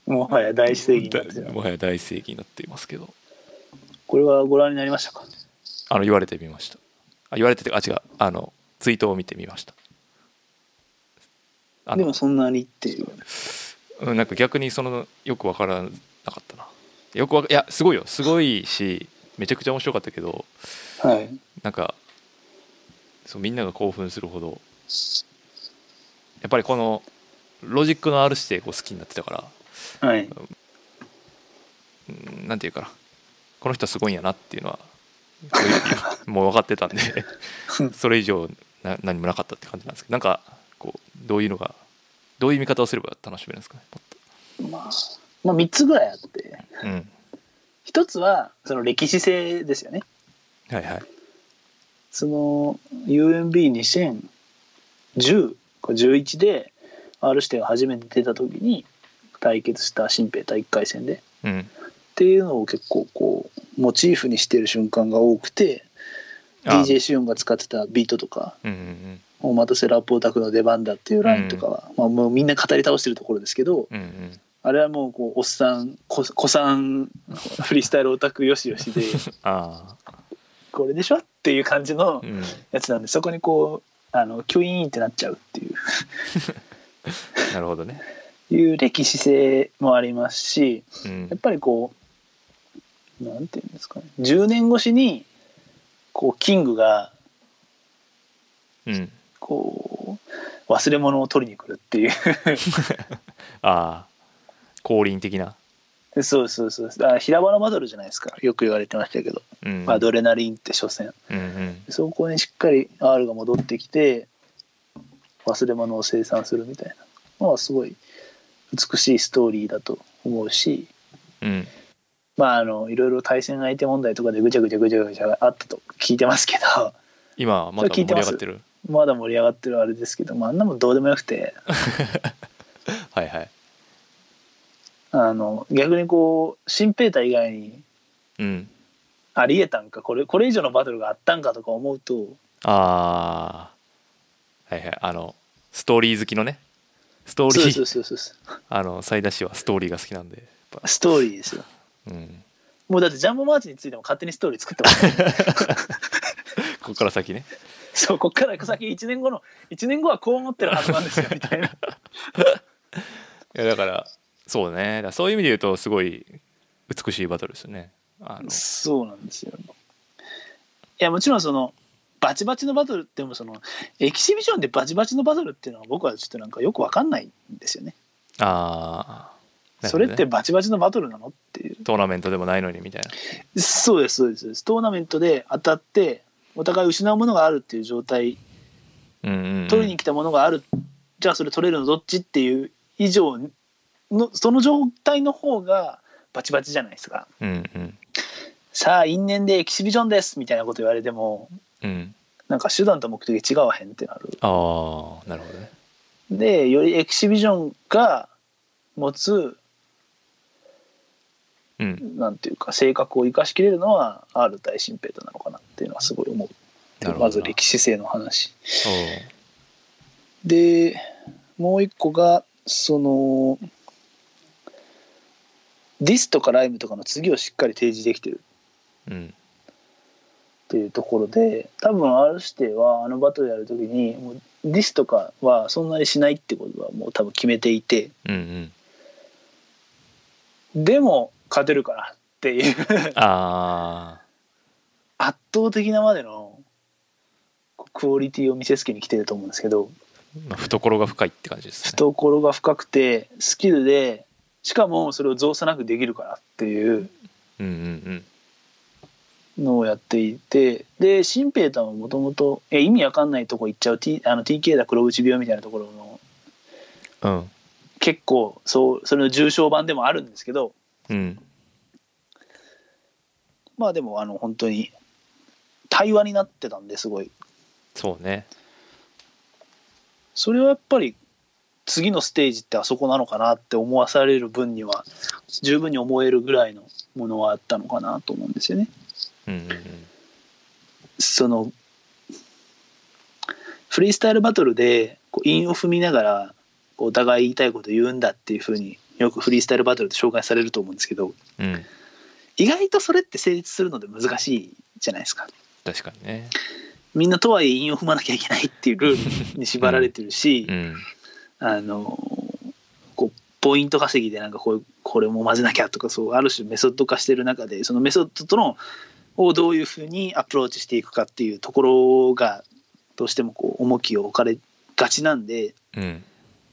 C: もはや大正義になってる
B: もはや大正義になっていますけど
C: これはご覧になりましたか
B: あの言われてみましたあ言われててあ違うあのツイートを見てみましたあ
C: で
B: の
C: もそんなにっていう
B: うんなんか逆にそのよくわからなかったなよくわかいやすごいよすごいしめちゃくちゃ面白かったけど
C: はい
B: なんかそうみんなが興奮するほどやっぱりこのロジックの R してこう好きになってたから
C: はい
B: うんなんていうかなこの人すごいんやなっていうのはもう分かってたん でそれ以上な何もなかったって感じなんですけどなんかこうどういうのがどういう見方をすれば楽しめるんですかねも
C: まあ、まあ3つぐらいあって
B: っとうん
C: 一つはその歴史性ですよね
B: はいはい
C: その UMB2010 か11で R 視点が初めて出た時に対決した新兵対1回戦でっ
B: うん
C: ていうのを結構こうモチーフにしてる瞬間が多くて
B: あ
C: DJ シオンが使ってたビートとか
B: うんうん
C: 「お待たせラップオタクの出番だ」っていうラインとかは、まあ、もうみんな語り倒してるところですけど
B: うんうん
C: あれはもうこうおっさんこ子さんフリースタイルオタクよしよ しで
B: ああ
C: これでしょっていう感じの
B: うん
C: やつなんでそこにこうあのキュイーンってなっちゃうっていう
B: なるほどね
C: いう歴史性もありますし
B: うん
C: やっぱりこうなんていうんですかね10年越しにこうキングが
B: うん
C: こう忘れ物を取りに来るっていう
B: ああ降臨的な
C: そうそうそうあ平原バトルじゃないですかよく言われてましたけど、
B: うん
C: アドレナリンって所詮
B: うんうん
C: そこにしっかり R が戻ってきて忘れ物を生産するみたいなのはすごい美しいストーリーだと思うし
B: うん
C: まああのいろいろ対戦相手問題とかでぐちゃぐちゃぐちゃぐちゃあったと聞いてますけど
B: 今まだ
C: それ聞
B: 盛り上
C: いてま
B: が
C: す
B: ってる
C: まだ盛り上がってるあれですけど、まあ、あんなもんどうでもよくて
B: はいはい
C: あの逆にこう新ペータ以外に
B: うん
C: ありえたんかこれこれ以上のバトルがあったんかとか思うと
B: ああはいはいあのストーリー好きのねストーリ
C: そう
B: ー
C: そうそうそうそ
B: あの最田氏はストーリーが好きなんでやっぱ
C: うストーリーですよ
B: うん
C: もうだってジャンボマーチについても勝手にストーリー作って ます、ね、
B: ここから先ね
C: そうこっから先1年後の1年後はこう思ってるはずなんですよみたいない
B: やだからそうねだからそういう意味で言うとすごい美しいバトルですよねあの
C: そうなんですよ。いやもちろんそのバチバチのバトルってもそのエキシビションでバチバチのバトルっていうのは僕はちょっとなんかよくわかんないんですよね。
B: ああ、
C: それって
B: なるほどね
C: バチバチのバトルなのっていう。
B: トーナメントでもないのにみたいな
C: そうですそうですそうです。トーナメントで当たってお互い失うものがあるっていう状態、
B: うんうんうん
C: 取りに来たものがある、じゃあそれ取れるのどっちっていう以上のその状態の方がバチバチじゃないですか。
B: うんうん
C: さあ因縁でエキシビションですみたいなこと言われても
B: うん
C: なんか手段と目的違うわへんってなる。
B: ああなるほどね
C: でよりエキシビジョンが持つ
B: うん
C: なんていうか性格を生かしきれるのは R 大新平太なのかなっていうのはすごい思う
B: なるほどな
C: まず歴史性の話
B: お
C: でもう一個がそのディスとかライムとかの次をしっかり提示できてる
B: ううん
C: っていうところで多分 R 指定はあのバトルやるときにもうディスとかはそんなにしないってことはもう多分決めていて、
B: うんうん
C: でも勝てるからっていう
B: ああ
C: 圧倒的なまでのこうクオリティを見せつけに来てると思うんですけど
B: まあ懐が深いって感じですね
C: 懐が深くてスキルでしかもそれを造作なくできるからっていう
B: うんうん
C: のをやっていてで新平太はもともとえ意味わかんないとこ行っちゃう、T、あの TK だ黒内病みたいなところの
B: うんうん
C: 結構そうそれの重症版でもあるんですけど
B: うん
C: まあでもあの本当に対話になってたんですごい
B: そうね
C: それはやっぱり次のステージってあそこなのかなって思わされる分には十分に思えるぐらいのものはあったのかなと思うんですよね。
B: うんうんうん
C: そのフリースタイルバトルでこう韻を踏みながらこうお互い言いたいこと言うんだっていうふうによくフリースタイルバトルで紹介されると思うんですけど
B: うん
C: 意外とそれって成立するので難しいじゃないですか。
B: 確かにね
C: みんなとはいえ韻を踏まなきゃいけないっていうルールに縛られてるし、
B: うん
C: あのこうポイント稼ぎでなんかこうこれも混ぜなきゃとかそうある種メソッド化してる中でそのメソッドとのをどういうふうにアプローチしていくかっていうところがどうしてもこう重きを置かれがちなんで
B: うん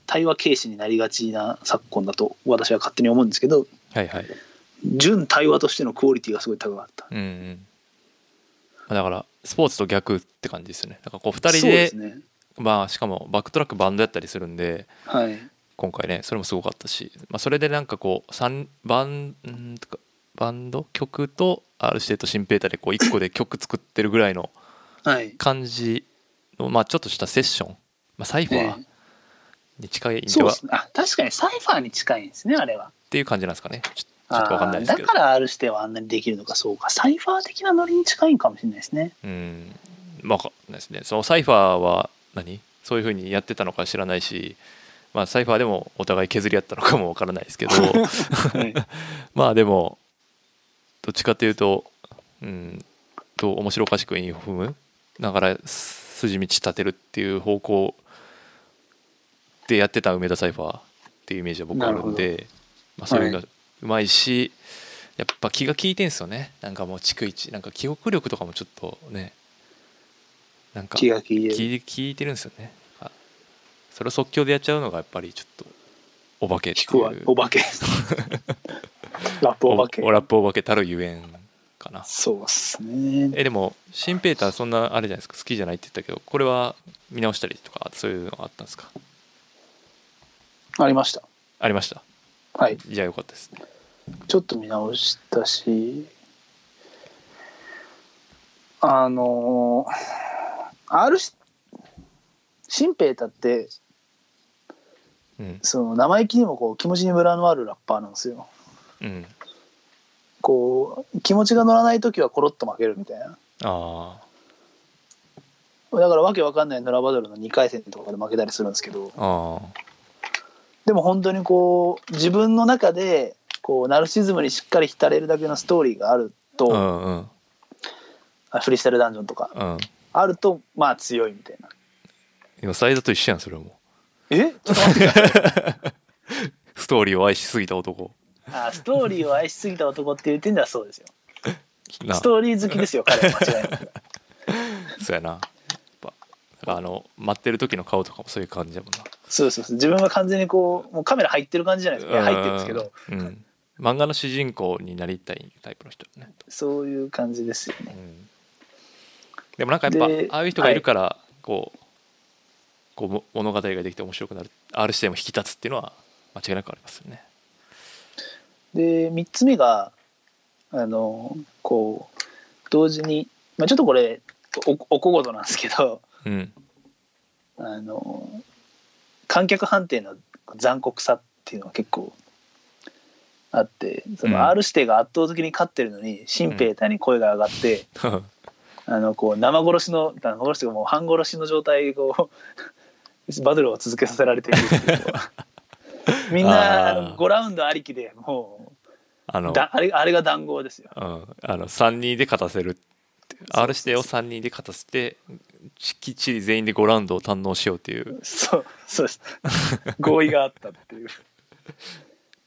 C: 対話軽視になりがちな昨今だと私は勝手に思うんですけど
B: はいはい
C: 純対話としてのクオリティがすごい高かった。
B: うんうんまあだからスポーツと逆って感じですよねだからこう2人
C: そ
B: で
C: うですね
B: まあしかもバックトラックバンドやったりするんで
C: はい、
B: 今回ねそれもすごかったし、まあ、それでなんかこう三バンんとかバンド曲と R 指定と新ペータでこう1個で曲作ってるぐらいの
C: はい
B: 感じの、まあ、ちょっとしたセッション、まあ、サイファー
C: え
B: に近いんで
C: そう
B: は
C: で
B: っ
C: すね。あ、確かにサイファーに近いんですね、あれは。
B: ていう感じなんですかねちょちょっとわかん
C: あ
B: ない
C: ー
B: です
C: だ
B: けど
C: から R 指定はあんなにできるのか、そうか。サイファー的なノリに近いんかもしれないですね。
B: うんまあわかんないですねそのサイファーは何そういうふうにやってたのか知らないしまあサイファーでもお互い削り合ったのかもわからないですけど
C: はい
B: まあでもどっちかというとうんと面白おかしくインフムだからす筋道立てるっていう方向でやってた梅田サイファーっていうイメージは僕はあるんでまあ、そういうの
C: は
B: がうまいし、やっぱ気が利いてんすよねなんかもう逐一なんか記憶力とかもちょっとねなんか
C: 気が利いてる。
B: 聞い聞いてるんですよねあそれを即興でやっちゃうのがやっぱりちょっとお化けってい
C: 聞くわ
B: う、
C: お 化け。ラップお化け
B: お。ラップお化けたるゆえんかな
C: そうっすね。
B: えでもシンペーターそんなあれじゃないですか好きじゃないって言ったけどこれは見直したりとかそういうのがあったんですか
C: ありました。
B: ありました
C: はい。
B: じゃあよかったですね
C: ちょっと見直したし、あのー、R し、シンペータって、
B: うん
C: その生意気にもこう気持ちにムラのあるラッパーなんですよ。
B: うん
C: こう、気持ちが乗らない時はコロッと負けるみたいな。
B: あ
C: だからわけわかんないヌラバトルの2回戦とかで負けたりするんですけど、
B: ああ
C: でも本当にこう、自分の中で、こう、ナルシズムにしっかり浸れるだけのストーリーがある
B: あう
C: と、
B: んうん
C: あフリースタイルダンジョンとか、
B: うん
C: あると、まあ強いみたいな。
B: 今サイズと一緒やんそれはも
C: え
B: うストーリーを愛しすぎた男
C: あストーリーを愛しすぎた男っていう点ではそうですよ。
B: な
C: ストーリー好きですよ、彼は間違いなく。
B: そうやなやっぱなんかあの待ってる時の顔とかもそういう感じだもんな
C: そうそうそう。自分は完全にこう、もうカメラ入ってる感じじゃないですか。いや入ってるんですけど、
B: うんうん漫画の主人公になりたいタイプの人よね
C: そういう感じですよね。
B: うんでもなんかやっ
C: で
B: ぱああいう人がいるから、こうこうも物語ができて面白くなる R 視点も引き立つっていうのは間違いなくありますよね。
C: で、3つ目が、あの、こう、同時に、まあ、ちょっとこれ、おおこごとなんですけど、
B: うん、
C: あの、観客判定の残酷さっていうのは結構あって、そ
B: うん
C: の R 指定が圧倒的に勝ってるのに、新兵隊に声が上がって、あのこう生殺しの生殺しというかもう半殺しの状態でこう バトルを続けさせられているっていうのはみん な
B: あー
C: あの5ラウンドありきでも
B: あ
C: う
B: の、
C: だあれあれが談合ですよ
B: うん、あの3人で勝たせるって
C: そう
B: R 視点を3人で勝たせてちきっちり全員で5ラウンドを堪能しようっていう
C: そうそうです合意があった っていう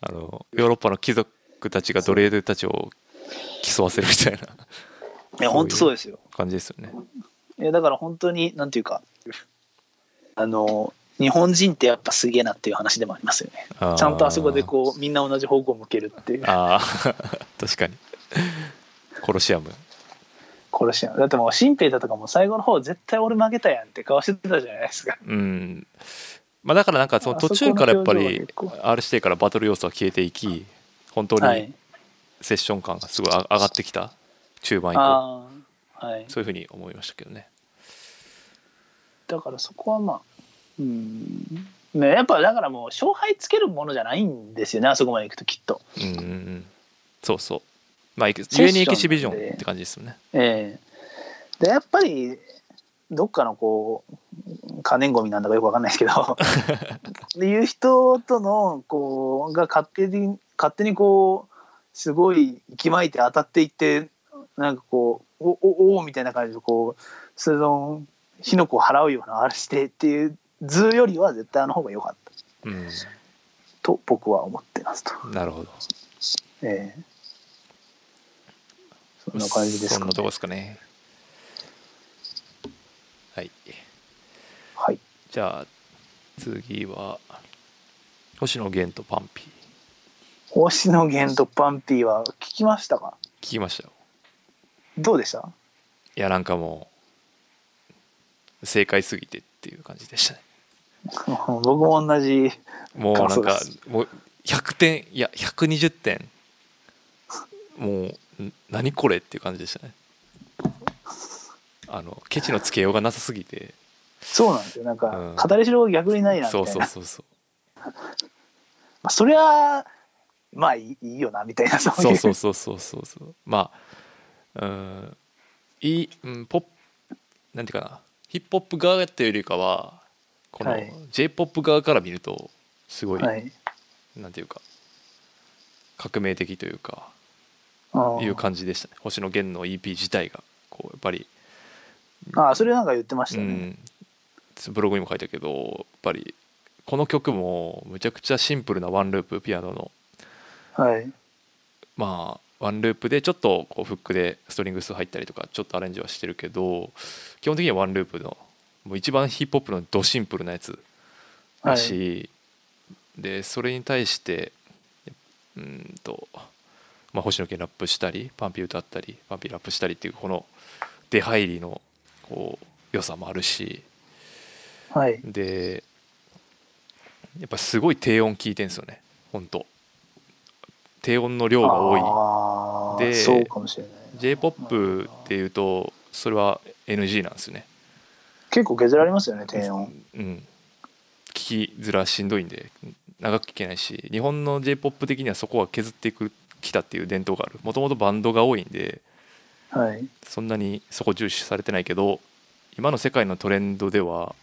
B: あのヨーロッパの貴族たちが奴隷たちを競わせるみたいない
C: や本当そうですよ
B: 感じですよね。
C: いやだから本当になんていうかあの日本人ってやっぱすげえなっていう話でもありますよね
B: あー
C: ちゃんとあそこでこうみんな同じ方向を向けるっていう
B: ああ 確かにコロシアム
C: 殺し合うだってもう新兵だとかも最後の方絶対俺負けたやんって顔してたじゃないですか
B: うんまあ、だからなんかその途中からやっぱり
C: あそこの表
B: R 指定からバトル要素は消えていき本当
C: は
B: に
C: い
B: セッション感がすごいあ上がってきた中盤以降
C: ああはい、
B: そういうふうに思いましたけどね
C: だからそこはまあうんねやっぱだからもう勝敗つけるものじゃないんですよねあそこまで行くときっと
B: うんうんうんそうそうまあゆ
C: セッション
B: えにエキシビジョ
C: なんで
B: ンって感じですよね
C: ええでやっぱりどっかのこう可燃ごみなんだかよくわかんないです けどでいう人とのこうが勝手に勝手にこうすごい息巻いて当たっていってなんかこうおおおーみたいな感じでこうその火の粉を払うようなあれしてっていう図よりは絶対あの方が良かった
B: うん
C: と僕は思ってますと。
B: なるほど
C: ええそんな感じです
B: そ
C: か、
B: んな
C: ね
B: とこ。ですかねはい
C: はい。
B: じゃあ次は星野源とパンピー
C: 星野源とパンピーは聞きましたか
B: 聞きましたよ
C: どうでした
B: いやなんかもう正解すぎてっていう感じでしたね
C: 僕も同じ
B: もうな
C: そ
B: ん
C: うで
B: か
C: す
B: もう100点いや120点もうん何これっていう感じでしたねあのケチのつけようがなさすぎて
C: そうなんですよなん
B: う
C: か
B: ん
C: 語りしろが逆にないなみたい
B: そ
C: な
B: うそうそうそう
C: まあ、それはまあいいいいよなみたいなそう
B: そ
C: いう
B: うそうそうそうそうそうまあうんいい、うん、ポップなんていうかなヒップホップ側っていうよりかはこの
C: はい
B: j p o p 側から見るとすごい、
C: はい
B: なんていうか革命的というか
C: ああ
B: いう感じでしたね星野源の EP 自体がこうやっぱり、
C: ああそれなんか言ってま
B: う
C: したね、
B: ん、ブログにも書いたけどやっぱりこの曲もむちゃくちゃシンプルなワンループピアノの
C: はい
B: まあワンループでちょっとこうフックでストリングス入ったりとかちょっとアレンジはしてるけど基本的にはワンループのもう一番ヒップホップのドシンプルなやつ
C: は
B: だ
C: い
B: し、でそれに対してうーんと、まあ、星野源ラップしたりパンピー歌ったりパンピーラップしたりっていうこの出入りのこう良さもあるし
C: はい
B: でやっぱすごい低音聞いてんですよね本当低音の量が多い。
C: ああ
B: で
C: そうかもしれない
B: j p o p っていうとそれは NG なんですよね、
C: 結構削られますよね低音
B: うん、聞きづらしんどいんで長く聞けないし日本の j p o p 的にはそこは削ってくきたっていう伝統があるもともとバンドが多いんで
C: はい
B: そんなにそこ重視されてないけど今の世界のトレンドでは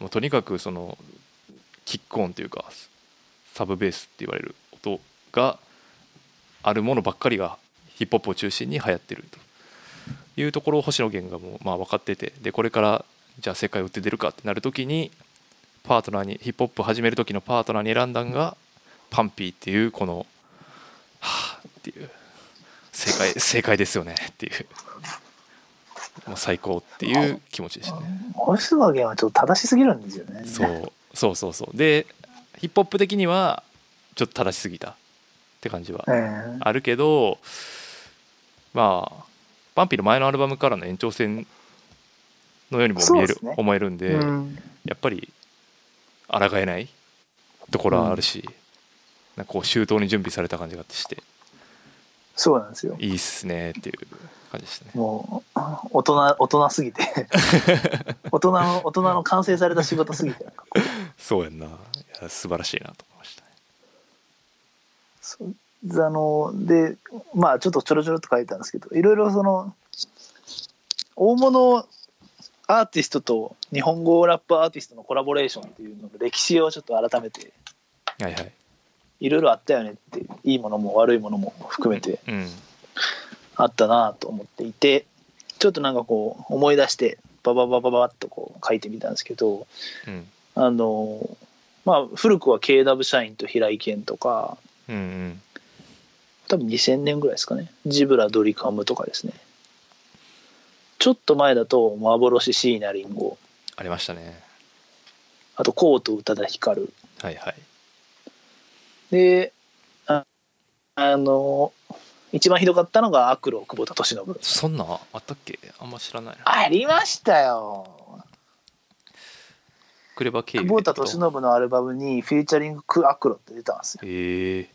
B: もうとにかくそのキックオンというかサブベースって言われる音があるものばっかりがヒップホップを中心に流行ってるというところを星野源がもうまあ分かっててでこれからじゃあ世界を打って出るかってなる時にパートナーにヒップホップ始める時のパートナーに選んだんがパンピーっていうこのはあっていう正解正解ですよねっていうもう最高っていう気持ちでしたね。
C: 星野源はちょっと正しすぎるんですよね
B: そうそうそうそうでヒップホップ的にはちょっと正しすぎたって感じは
C: ええ
B: あるけどまあパンピーの前のアルバムからの延長線のようにも見え
C: そう
B: る、
C: ですね
B: 思えるんで、
C: うん
B: やっぱり抗えないところはあるし、なんかこう周到に準備された感じがして
C: そうなんですよ
B: いいっすねっていう感じでしたね。
C: もう 大人大人すぎて大人の大人の完成された仕事すぎてなんかこう
B: そうやんないや素晴らしいなと思いましたね。
C: そうであのでまあちょっとちょろちょろっと書いたんですけどいろいろその大物アーティストと日本語ラップアーティストのコラボレーションっていうのの歴史をちょっと改めて
B: はいはい。
C: いろいろあったよねっていいものも悪いものも含めて
B: うん。
C: あったなと思っていてちょっとなんかこう思い出してババババババッとこう書いてみたんですけど
B: うん。
C: あのまあ古くは KW 社員と平井堅とか
B: うんうん。
C: 多分2000年ぐらいですかねジブラドリカムとかですねちょっと前だと幻椎名林檎
B: ありましたね。
C: あとコート宇多田ヒカル
B: はいはい。
C: でああの一番ひどかったのが悪路久保田利伸
B: そんなんあったっけあんま知らないな。
C: ありましたよ
B: クレバ経由
C: 久保田利伸のアルバムにフィーチャリングク悪路って出たんですよ
B: ええ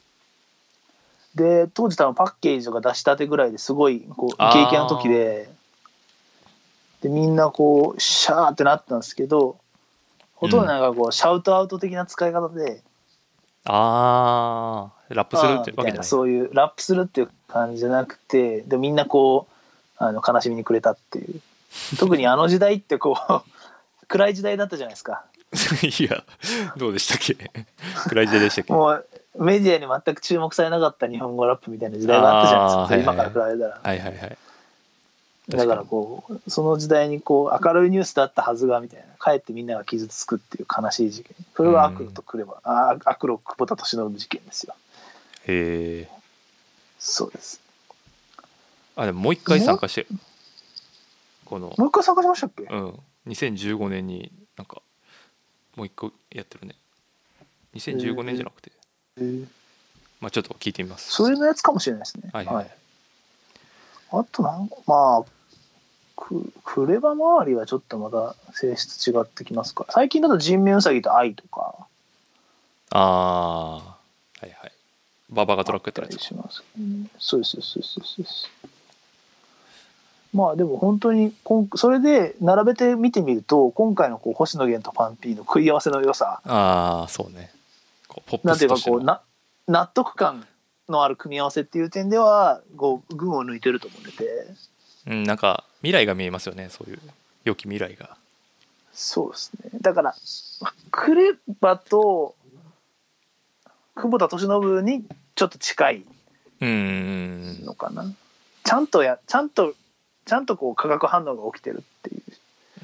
C: で当時多分パッケージとか出したてぐらいですごいこうイケイケの時ででみんなこうシャーってなったんですけどほとんどなんかこう、シャウトアウト的な使い方で
B: ああ、ラップする
C: あー
B: って
C: み
B: わけ
C: たい
B: じゃ
C: な
B: ない。
C: そういうラップするっていう感じじゃなくてでみんなこうあの悲しみにくれたっていう特にあの時代ってこう 暗い時代だったじゃないですか
B: いや、どうでしたっけ暗い時代でしたっけは
C: もうメディアに全く注目されなかった日本語ラップみたいな時代があったじゃないですか、
B: あーはいはい
C: 今から比べたら。
B: いはいはい。
C: だからこうその時代にこう明るいニュースだったはずがみたいなかえってみんなが傷つくっていう悲しい事件それは悪路とくれば、あ悪路久保田利伸事件ですよ
B: ええ
C: そうです
B: あ、でももう一回参加してる。この、
C: もう一回参加しましたっけ、
B: うん。2015年になんか、もう一個やってるね。2015年じゃなくて、
C: えー
B: まあちょっと聞いてみます。
C: それのやつかもしれないですね
B: はいはい。
C: あとなんかまあくクレバ周りはちょっとまた性質違ってきますから最近だと人面うさぎと愛とか
B: ああー、はいはい。ババがトラックやってるやつ
C: しますそうですそうですそうですそうですまあでも本当にこんそれで並べて見てみると今回のこう星野源とパンピーの食い合わせの良さ
B: ああそうねこうポッ
C: な
B: プ
C: んて
B: ス
C: いうか
B: として
C: こ
B: の
C: うな納得感のある組み合わせっていう点ではこう群を抜いてると思ってて
B: うん、なんか未来が見えますよねそういう良き未来が
C: そうですねだからクレバと久保田利伸にちょっと近い
B: うんうんうん
C: のかなちゃんとやちゃんとちゃんとこう化学反応が起きてるっていう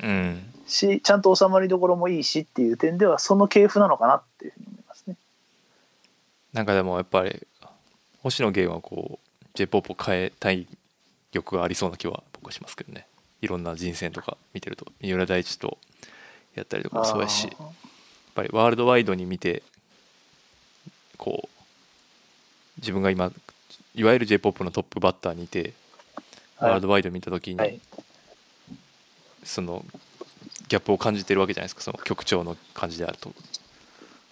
B: うん
C: しちゃんと収まりどころもいいしっていう点ではその系譜なのかなっていうふうに思いますね。
B: なんかでもやっぱり星野源はこう j p o p を変えたい欲がありそうな気は僕はしますけどねいろんな人選とか見てると三浦大知とやったりとかもそうやしやっぱりワールドワイドに見てこう自分が今いわゆる j p o p のトップバッターにいて、
C: あー
B: ワールドワイド見た時に、
C: はい
B: そのギャップを感じてるわけじゃないですかその曲調の感じであると
C: な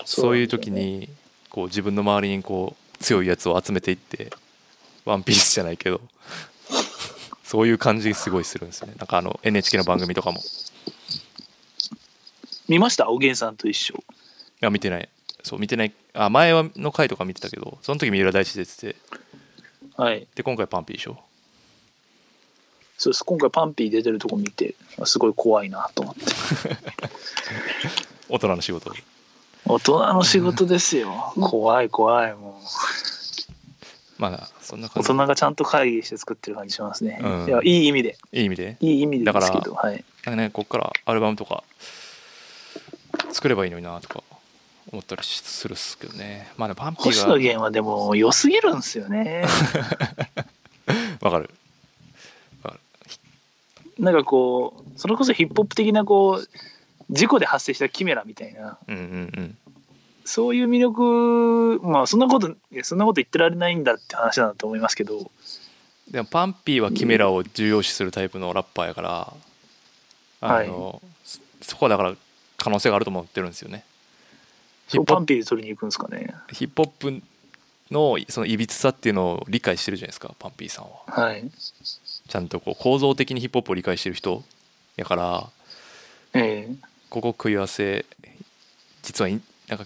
B: そ
C: ん
B: ういう
C: ですよ
B: 時
C: ね
B: にこう自分の周りにこう強いやつを集めていってワンピースじゃないけど そういう感じすごいするんですよねなんかあの NHK の番組とかもい
C: 見ましたおげんさんと一緒
B: や見てないそう見てないあ前はの回とか見てたけどその時三浦大知出てて
C: はい
B: で今回パンピーでしょ
C: そうです今回パンピー出てるとこ見てあすごい怖いなと思って
B: 大人の仕事
C: 大人の仕事ですよ怖い怖いもう
B: まあそんな感
C: 大
B: じ
C: 人がちゃんと会議して作ってる感じしますね、
B: うん
C: いやいい意味で
B: いい意味で
C: いい意味でですけ
B: だか
C: どはい
B: なんかねこっからアルバムとか作ればいいのになとか思ったりするっすけどねまあねパンピ
C: 星野
B: ーが
C: 源はでも良すぎるんですよ ね
B: わかる
C: なんかこうそれこそヒップホップ的なこう事故で発生したキメラみたいな
B: うんうんうん
C: そういう魅力まあそんなこといやそんなこと言ってられないんだって話なんだと思いますけど
B: でもパンピーはキメラを重要視するタイプのラッパーやから、あのそそこはだから可能性があると思ってるんですよねヒ
C: そ
B: ッ
C: う
B: プホ
C: パ
B: ッ
C: ンピーで取りに行くんですかね
B: プヒップホップのそのいびつさっていうのを理解してるじゃないですかパンピーさんは
C: はい
B: ちゃんとこう構造的にヒップホップを理解してる人やから
C: ええ
B: ここ食い合わせ実はいいなんか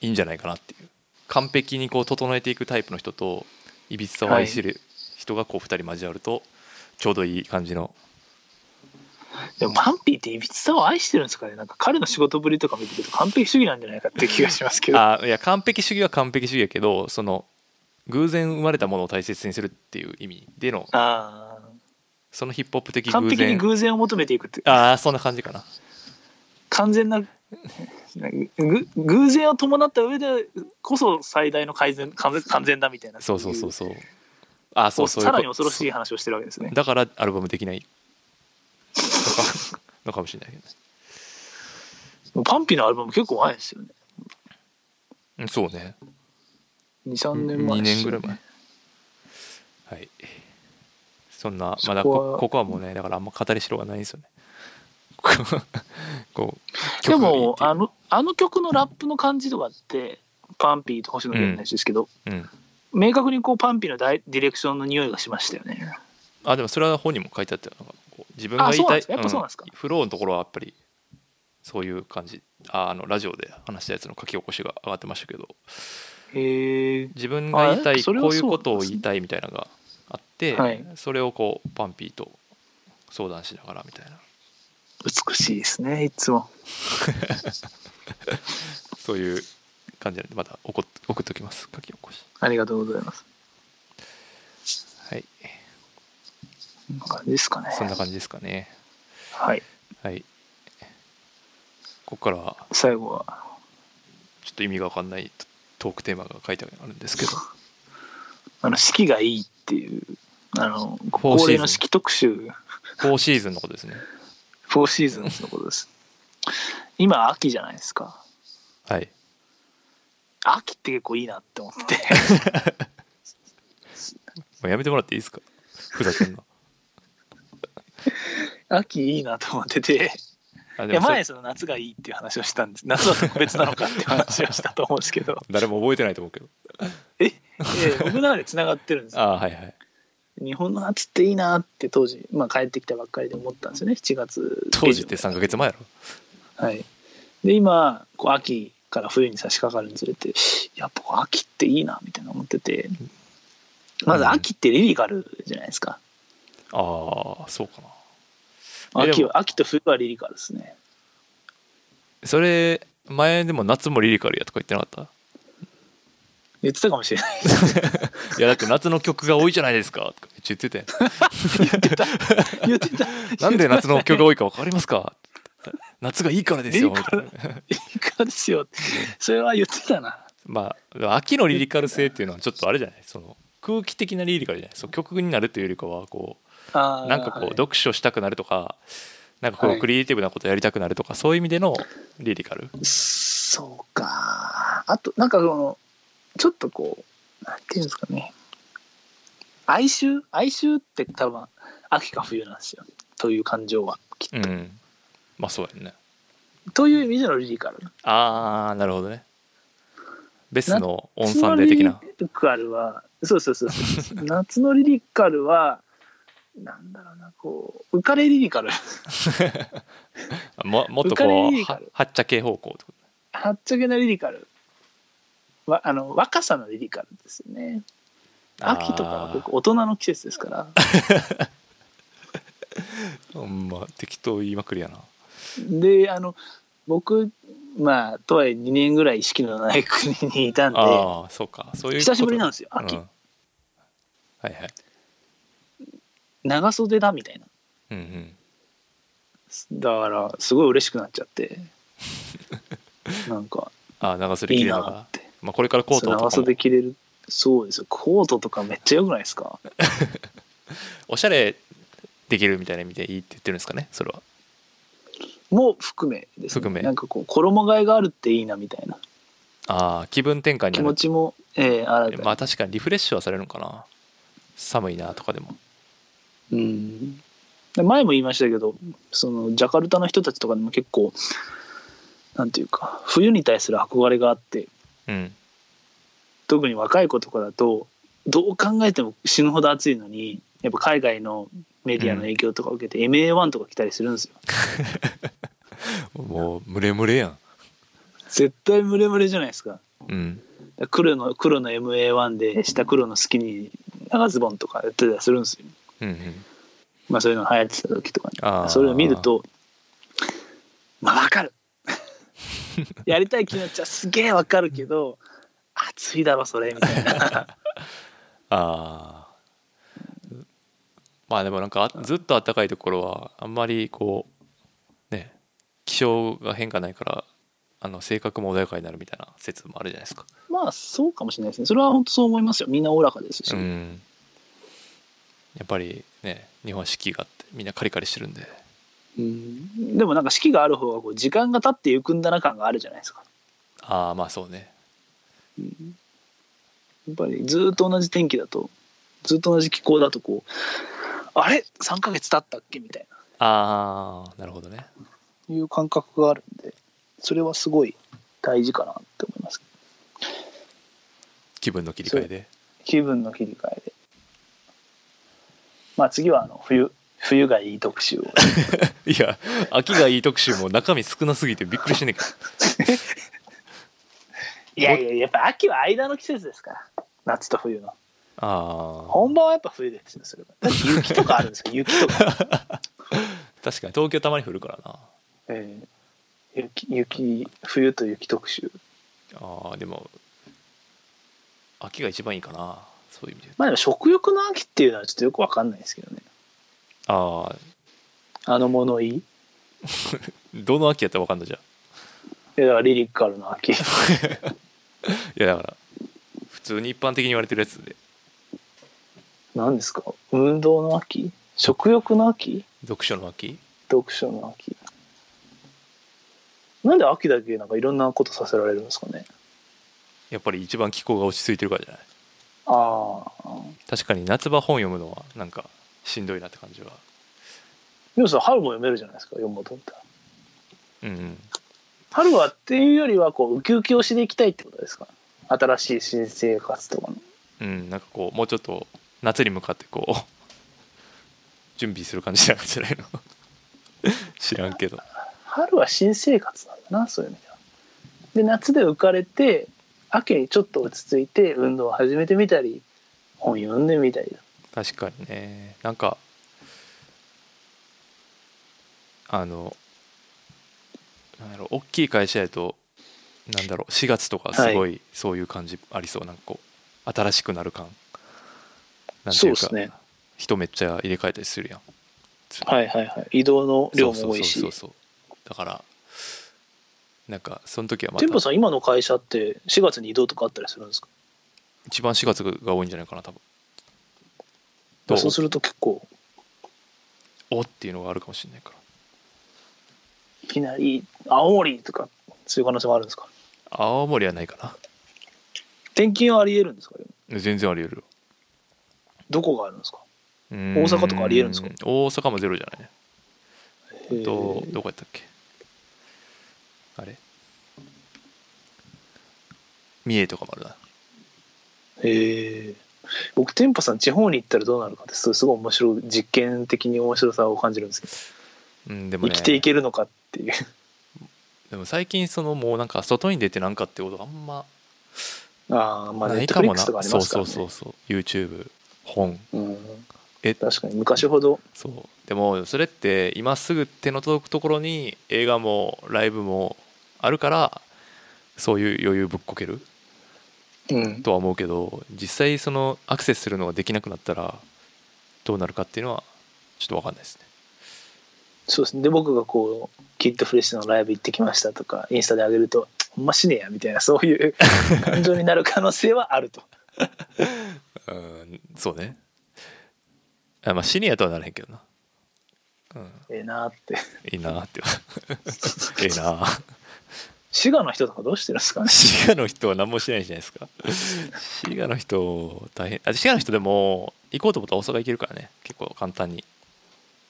B: いいんじゃないかなっていう完璧にこう整えていくタイプの人といびつさを愛してる人がこう2人交わるとちょうどいい感じの
C: でもパンピーっていびつさを愛してるんですかねなんか彼の仕事ぶりとか見てると完璧主義なんじゃないかって気がしますけど
B: あいや完璧主義は完璧主義やけどその偶然生まれたものを大切にするっていう意味での
C: あ
B: そのヒップホップ的
C: ー
B: 偶
C: 完璧に
B: 然
C: 偶然を求めていくって
B: ああそんな感じかな
C: 完全なぐ偶然を伴った上でこそ最大の改善完完全だみたいな
B: そうそうそう
C: そ
B: そうああそうそういう
C: さ
B: こ
C: ら
B: と
C: に恐ろしい話をしてるわけですね
B: だからアルバムできないのかのかもしれないけどね
C: もうパンピーのアルバム結構前ですよね
B: うんそうね
C: 23年前
B: 2
C: です
B: 年
C: よ
B: ぐ
C: ね
B: らい前はいそんな
C: そこ
B: ま
C: は
B: だこここはもうねだからあんま語りしろがないんですよねこう曲がいいっ
C: で
B: ていう
C: もあのあの曲のラップの感じとかってパンピーと星野源のやつですけど、
B: うん
C: 明確にこうパンピーのダイディレクションの匂いがしましたよね
B: あでもそれは本にも書いてあったよなんかこう自分が言いたい
C: あそうなんですかやっぱそうなんですか
B: フローのところはやっぱりそういう感じああのラジオで話したやつの書き起こしが上がってましたけど
C: へえ
B: 自分が言いた
C: あ
B: い
C: えそれ
B: こ
C: は
B: ういう
C: そうなん
B: こと
C: ですね
B: を言いたいみたいなのがあって、
C: はい
B: それをこうパンピーと相談しながらみたいな
C: 美しいですねいつも
B: そういう感じなんでまた送っ送っときます書き起こし
C: ありがとうございます
B: はい
C: こんな感じですかね
B: そんな感じですかね
C: はい
B: はいここからは
C: 最後は
B: ちょっと意味が分かんないトークテーマが書いてあるんですけど
C: あの式がいいっていうあの
B: フォーシーズン
C: 恒例の式特集
B: 4シーズンのことですね
C: フォーシーズンズのことです今秋じゃないですか
B: はい
C: 秋って結構いいなって思 って
B: もうやめてもらっていいですかふざけんな。
C: 秋いいなと思ってて
B: あ
C: い
B: で
C: や
B: もそれ
C: 前その夏がいいっていう話をしたんです夏は特別なのかっていう話をしたと思うんですけど
B: 誰も覚えてないと思うけど。
C: ええ僕の中でつながってるんですよ
B: ああはいはい。
C: 日本の夏っていいなって当時、まあ、帰ってきたばっかりで思ったんですよね7月
B: 当時って3か月前やろ
C: はい、で今こう秋から冬に差し掛かるにつれてやっぱこう秋っていいなみたいな思っててまず秋ってリリカルじゃないですか、
B: ああそうかなえでも
C: 秋は秋と冬はリリカルですね
B: それ前でも夏もリリカルやとか言ってなかっ
C: 言ってたかもしれない
B: たいやだって夏の曲が多いじゃないですかとかめっちゃ言ってたや
C: 言ってた
B: んなんで夏の曲が多いか分かりますか夏がいいからですよみたいな
C: リリカルですよそれは言ってたな
B: まあ秋のリリカル性っていうのはちょっとあれじゃないその空気的なリリカルじゃないそう曲になるというよりかはこ
C: あ
B: う
C: ー
B: なんかこう
C: はい
B: 読書したくなるとかなんかこ
C: は
B: う
C: い
B: クリエイティブなことやりたくなるとかそういう意味でのリリカル
C: そうかあとなんかそのちょっとこうなんていうんですかね哀愁哀愁って多分秋か冬なんですよという感情はきっ
B: う
C: と、
B: んまあそうやんね
C: という意味でのリリカル
B: あーなるほどねベスのオンサンデー的な
C: 夏のリリカルはそうそうそうそう 夏のリリカルはなんだろうなこう浮かれリリカル
B: ももっと
C: 浮かれ
B: こ
C: リ
B: う
C: リカ
B: は
C: ル
B: はっちゃけ方向ってこと
C: はっちゃけなリリカルわあの若さのリリカルですよね秋とかは
B: あー
C: 僕大人の季節ですから
B: ほんま適当言いまくりやな
C: であの僕まあとはいえ2年ぐらい意識のない国にいたんで
B: ああそうかそういうこと
C: 久しぶりなんですよ秋
B: うんはいはい
C: 長袖だみたいな
B: うんうん
C: だからすごい嬉しくなっちゃってな んか
B: ああ長袖
C: い
B: 着
C: い
B: れなが
C: な
B: ら
C: って
B: まあこれからコー
C: そ
B: ト
C: う
B: と
C: 長
B: かも
C: 袖着れるそうですよコートとかめっちゃ良くないですか
B: おしゃれできるみたいな意味でいいって言ってるんですかねそれは
C: も含めです、ね、
B: 含め
C: なんかこう衣替えがあるっていいなみたいな
B: ああ気分転換に
C: 気
B: な
C: 持
B: る
C: ちも、ええ新たに、
B: まあ確かにリフレッシュはされるのかな寒いなとかでも
C: うんで前も言いましたけどそのジャカルタの人たちとかでも結構なんていうか冬に対する憧れがあって
B: うん
C: 特に若い子とかだとどう考えても死ぬほど暑いのにやっぱ海外のメディアの影響とかを受けて MA1 とか来たりするんですよ、
B: もうムレムレやん
C: 絶対ムレムレじゃないですか
B: うん
C: 黒の黒の MA1 で下黒のスキニー長ズボンとかやってたりするんですよ
B: うんうん
C: まあそういうのが流行ってた時とかに
B: あー
C: それを見るとまあわかる やりたい気持ちはすげえわかるけど暑いだろそれみた いな
B: ああまあでもなんかあずっと暖かいところはあんまりこうね気象が変化ないからあの性格も穏やかになるみたいな説もあるじゃないですか
C: まあそうかもしれないですねそれは本当そう思いますよみんなおおらかですし、
B: うんやっぱりね日本は四季があってみんなカリカリしてるんで
C: うんでもなんか四季がある方がこう時間が経ってゆくんだな感があるじゃないですか
B: ああまあそうね
C: やっぱりずーっと同じ天気だとずーっと同じ気候だとこうあれ3ヶ月経ったっけみたいな
B: ああなるほどね
C: いう感覚があるんでそれはすごい大事かなって思います
B: 気分の切り替えで
C: 気分の切り替えでまあ次はあの冬冬がいい特集を
B: いや秋がいい特集も中身少なすぎてびっくりしてんねんけど
C: いやいややっぱ秋は間の季節ですから夏と冬の
B: ああ
C: 本番はやっぱ冬ですよそれはだって雪とかあるんですよ雪とか、
B: 確かに東京たまに降るからな
C: えー雪雪冬と雪特集
B: ああでも秋が一番いいかなそういう意味で
C: まあでも食欲の秋っていうのはちょっとよくわかんないですけどね
B: ああ
C: あの物言い
B: どの秋やったら分かんないじゃん
C: いやだからリリカルの秋
B: いやだから普通に一般的に言われてるやつで
C: 何ですか運動の秋食欲の秋
B: 読書の秋
C: 読書の秋なんで秋だけなんかいろんなことさせられるんですかね
B: やっぱり一番気候が落ち着いてるからじゃない
C: ああ
B: 確かに夏場本読むのはなんかしんどいなって感じは
C: でもさ春も読めるじゃないですか読もうと思ったら
B: うんうん
C: 春はっていうよりはこうウキウキをしていきたいってことですか新しい新生活とかの
B: うんなんかこうもうちょっと夏に向かってこう 準備する感じなんじゃないの 知らんけど
C: 春は新生活なんだなそういう意味ではで夏で浮かれて秋にちょっと落ち着いて運動を始めてみたり本読んでみたりだ
B: 確かにねなんかあのなんだろう大きい会社やとなんだろう4月とかすご
C: はい
B: そういう感じありそう、なんかこう新しくなる感なんて
C: そ
B: いうう
C: で
B: か
C: すね
B: 人めっちゃ入れ替えたりするやん
C: はいはいはい移動の量も多い
B: そう
C: し
B: そうそうそうだからなんかその時はまた
C: 天保さん今の会社って4月に移動とかあったりするんですか
B: 一番4月が多いんじゃないかな多分と
C: そうすると結構
B: おっていうのがあるかもしれないから
C: いきなり青森とかそういう可能性もあるんですか
B: 青森はないかな
C: 転勤はあり得るんですか
B: 全然あり得るよ
C: どこがあるんですか
B: 大
C: 阪とかあり得るんですか
B: 大阪もゼロじゃないね
C: へー
B: とどこやったっけあれ三重とかもあるな
C: へえ僕天保さん地方に行ったらどうなるかってそれすごい面白い実験的に面白さを感じるんですけど、
B: うんでも
C: 生
B: ね
C: きていけるのかっていう
B: でも最近そのもうなんか外に出てなんかってことがあんま
C: ああまあネ
B: な
C: ッ
B: い
C: ト
B: か
C: フリッ
B: も
C: ク
B: な
C: スとかあり
B: そ
C: ま
B: う
C: すか
B: そ
C: ら
B: う
C: ね
B: そうそう YouTube 本
C: うん
B: え
C: 確かに昔ほど
B: そうでもそれって今すぐ手の届くところに映画もライブもあるからそういう余裕ぶっこける
C: うん
B: とは思うけど実際そのアクセスするのができなくなったらどうなるかっていうのはちょっと分かんないですね
C: そうですねで僕がこうキッドフレッシュのライブ行ってきましたとかインスタで上げるとほんま死ねやみたいなそういう感情になる可能性はあると
B: うんそうねあまあシニアとはならへんけどなうん
C: ええなーって
B: いいなーって ええなー
C: 滋賀の人とかどうしてるんで すかね
B: 滋賀の人は何もしないじゃないですか滋賀の人大変あ滋賀の人でも行こうと思ったら大阪行けるからね結構簡単に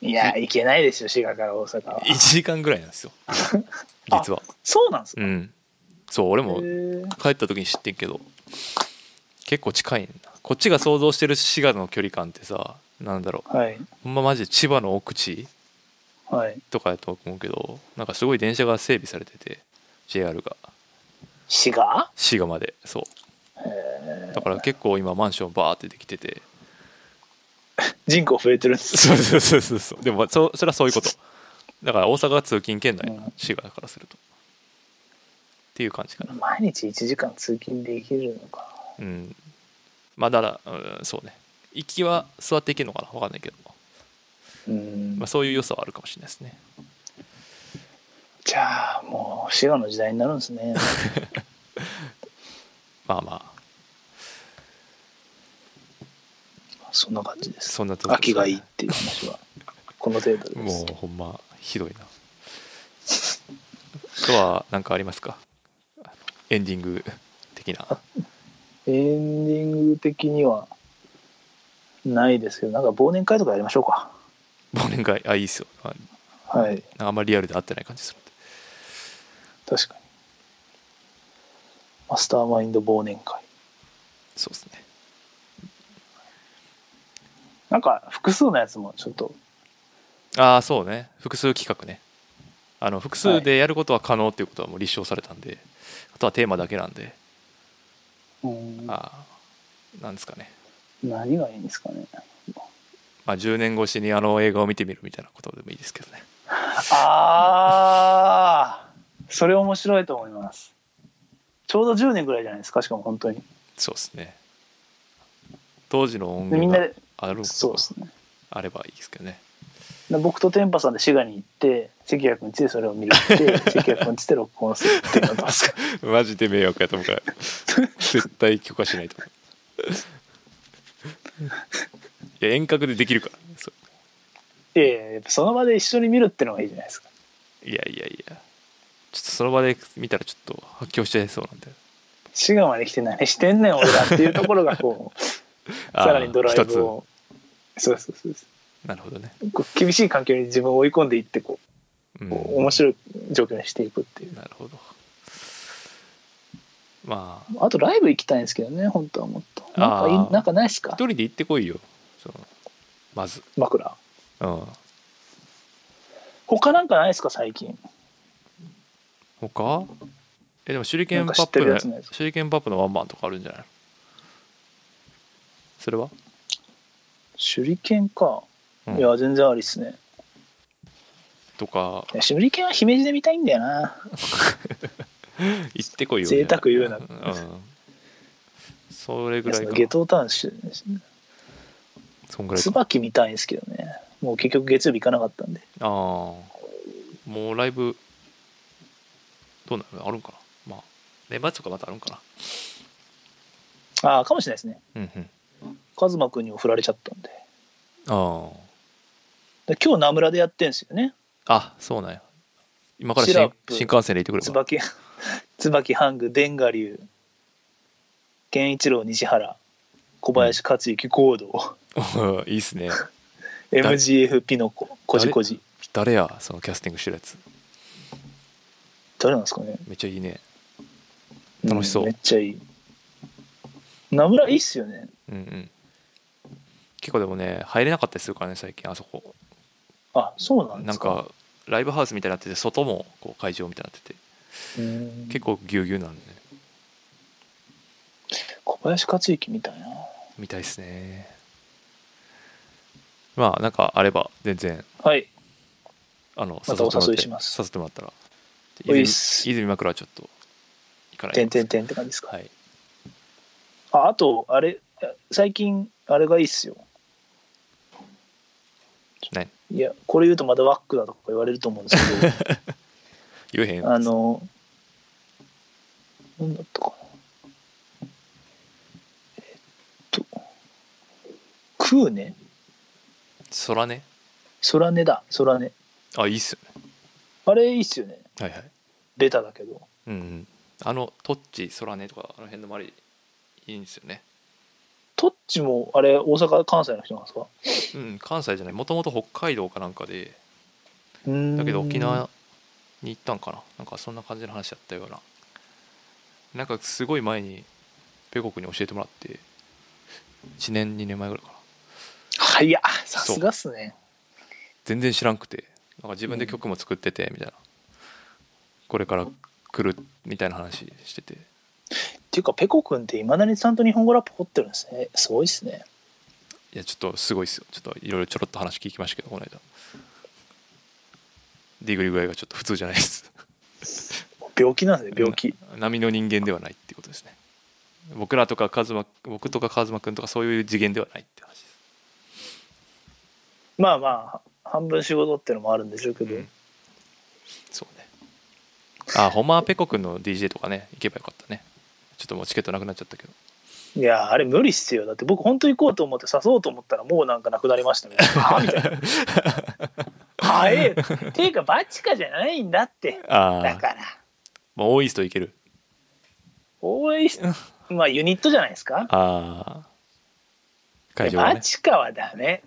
C: いやいけないですよ滋賀から大阪は
B: 1時間ぐらいなん ですよ実は
C: そうなんですか、
B: うんそう俺も
C: へー
B: 帰った時に知ってんけど結構近いねんなこっちが想像してる滋賀の距離感ってさなんだろう
C: はい
B: ほんまマジで千葉の奥地
C: はい
B: とかやと思うけどなんかすごい電車が整備されてて JR が
C: 滋賀
B: 滋賀までそう
C: へー
B: だから結構今マンションバーってできてて
C: 人口増えてるんです
B: そうそうそうそうそうでもまあそそれはそういうことだから大阪は通勤圏内
C: うん
B: 滋賀からするとっていう感じかな
C: 毎日1時間通勤できるのか
B: うんまあだから、うん、そうね行きは座っていけるのかな分かんないけど、
C: うん
B: まあ、そういう良さはあるかもしれないですね
C: じゃあもう滋賀の時代になるんですね
B: まあまあ
C: そんな感じです
B: そんなとこ
C: 秋がいいっていう話はこの程度です
B: もうほんまひどいなとは何かありますかエンディング的な
C: エンディング的にはないですけどなんか忘年会とかやりましょうか
B: 忘年会あいいっすよあ
C: はい
B: あんまりリアルで合ってない感じするんで
C: 確かにマスターマインド忘年会
B: そうですね
C: なんか複数のやつもちょっと
B: ああそうね複数企画ねあの複数でやることは可能っていうことはもう立証されたんで、あとはテーマだけなんで
C: うん
B: ああなんですかね、
C: 何がいいんですかね
B: まあ、10年越しにあの映画を見てみるみたいなことでもいいですけどね
C: ああそれ面白いと思いますちょうど10年ぐらいじゃないですかしかも本当に
B: そうですね当時の音
C: でみんな
B: 源が
C: で
B: ある
C: そうですね
B: あればいいですけどね
C: で僕と天パさんで滋賀に行って関谷君ちでそれを見るって関谷君ちで録音するっていうのはどうですか
B: マジで迷惑やと 思うから絶対許可しないと思ういや遠隔でできるからそ
C: いやいややっぱその場で一緒に見るってのがいいじゃないですか
B: ういやいやいやちょっとその場で見たらちょっと発狂しちゃいそうなんで
C: 滋賀まで来て何してんねん俺らっていうところがこうさらにドライブをそうそうそうそ
B: なるほどね、
C: うこう厳しい環境に自分を追い込んでいってこ
B: う
C: うんこう面白い状況にしていくっていう
B: なるほどま
C: あとライブ行きたいんですけどね本当はもっとなんかい
B: あー
C: なんかないっす
B: あ
C: か
B: 一人で行ってこいよそのまず
C: 枕
B: うん
C: 他なんかないっすか最近
B: 他えでも手裏剣
C: な
B: パ
C: んか知
B: ッ
C: っ
B: プ
C: てる
B: の
C: やつないです
B: 手裏剣パップのワンマンとかあるんじゃないそれは
C: 手裏剣か、
B: うん
C: いや全然ありっすね
B: とか
C: いや手裏剣は姫路で見たいんだよな
B: 行ってこいよ、
C: 贅沢言うな
B: うん、それぐらい
C: その
B: か
C: 下等ターンし
B: そんぐらいか
C: 椿見たいんですけどねもう結局月曜日行かなかったんで
B: ああもうライブどうなるあるんかなまあ年末とかまたあるんか
C: ああかもしれないですね
B: なうんうん
C: 和真君にも振られちゃったんで
B: あ
C: で今日名村でやってんすよね
B: ああそうなんや今から
C: シラッ
B: 新
C: プ
B: 新幹線で行ってくれば
C: 椿 椿ハング伝賀流健一郎西原小林克行ゴー ド
B: いいっすね
C: MGF ピノコこじこじ
B: 誰やそのキャスティングしてるやつ
C: 誰なんですかね
B: めっちゃいいね楽しそうん
C: めっちゃいい名村いいっすよね
B: うんうん結構でもね入れなかったりするからね最近あそこ
C: あそうなんで
B: なん
C: すか
B: かライブハウスみたいになってて外もこう会場みたいになってて
C: うん
B: 結構ぎゅうぎゅうなんで、ね、
C: 小林克行みたいな
B: みたいですねまあなんかあれば全然
C: はい
B: あの
C: またお誘いします
B: 誘ってもらって誘ってもらったら
C: おい
B: で
C: っす
B: 泉泉枕はちょっと行かない
C: てんてんてんって感じですか
B: はい
C: ああとあれ最近あれがいいっすよ
B: ね
C: いやこれ言うとまだワックだとか言われると思うんですけど
B: 言えへん
C: あの、なんだったかな。えっと、クーネ
B: 空ね
C: ソラネだ、ソラネ。
B: あいいっすよね
C: あれいいっすよね。
B: はいはい
C: ベタだけど。
B: うんうんあのトッチ空ねとかあの辺の周りいいんですよね
C: トッチも、あれ、大阪、関西の人なんですか
B: うん関西じゃないもともと北海道かなんかで
C: うーん
B: だけど沖縄に行ったんかななんかそんな感じの話だったようななんかすごい前にペコ君に教えてもらって1年2年前ぐらいかな
C: 早っさすがっすね。
B: 全然知らんくてなんか自分で曲も作っててみたいなこれから来るみたいな話してて
C: っていうか、ペコくんっていまだにちゃんと日本語ラップ掘ってるんですね。すごいっすね。
B: いやちょっとすごいっすよちょっといろいろちょろっと話聞きましたけどこの間ディグリ具合がちょっと普通じゃないです
C: 病気なんですね、病気。
B: 波の人間ではないってことですね僕らとかカズマ僕とかカズマくんとかそういう次元ではないって話です
C: まあまあ、半分仕事ってのもあるんでしょうけど。
B: うんそうねあホマーペコくんの DJ とかね行けばよかったねちょっともうチケットなくなっちゃったけど
C: いやーあれ無理っすよだって僕本当行こうと思って誘おうと思ったらもうなんかなくなり ましたみたいなはあみたいなはえっていうかバチカじゃないんだって
B: あ
C: だ
B: あ
C: から
B: もう多い人いける
C: 応援しまあユニットじゃないですか
B: ああ会場は
C: バ
B: ね
C: チカはダメ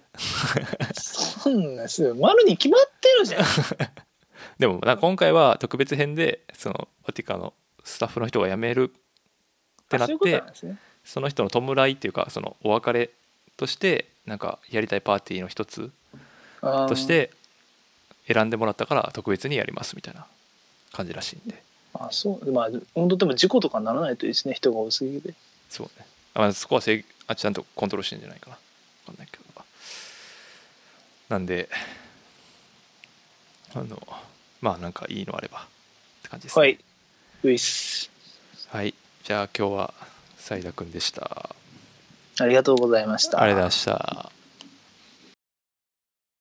C: そんなす丸に決まってるじゃん
B: でもなんか今回は特別編でそのバティカのスタッフの人が辞めるってなっ
C: そういうこと
B: て
C: なんですね
B: その人の弔いっていうかそのお別れとしてなんかやりたいパーティーの一つ
C: あー
B: として選んでもらったから特別にやりますみたいな感じらしいんで
C: あそうまあ本当でも事故とかにならないといいですね人が多すぎて
B: そうねあまあそこはせいあちゃんとコントロールしてんじゃないかなわかんないけどなんであのまあなんかいいのあればって感じですね
C: はいウイス
B: はい、じゃあ今日は斉田くんでした
C: ありがとうございました
B: ありがとうございました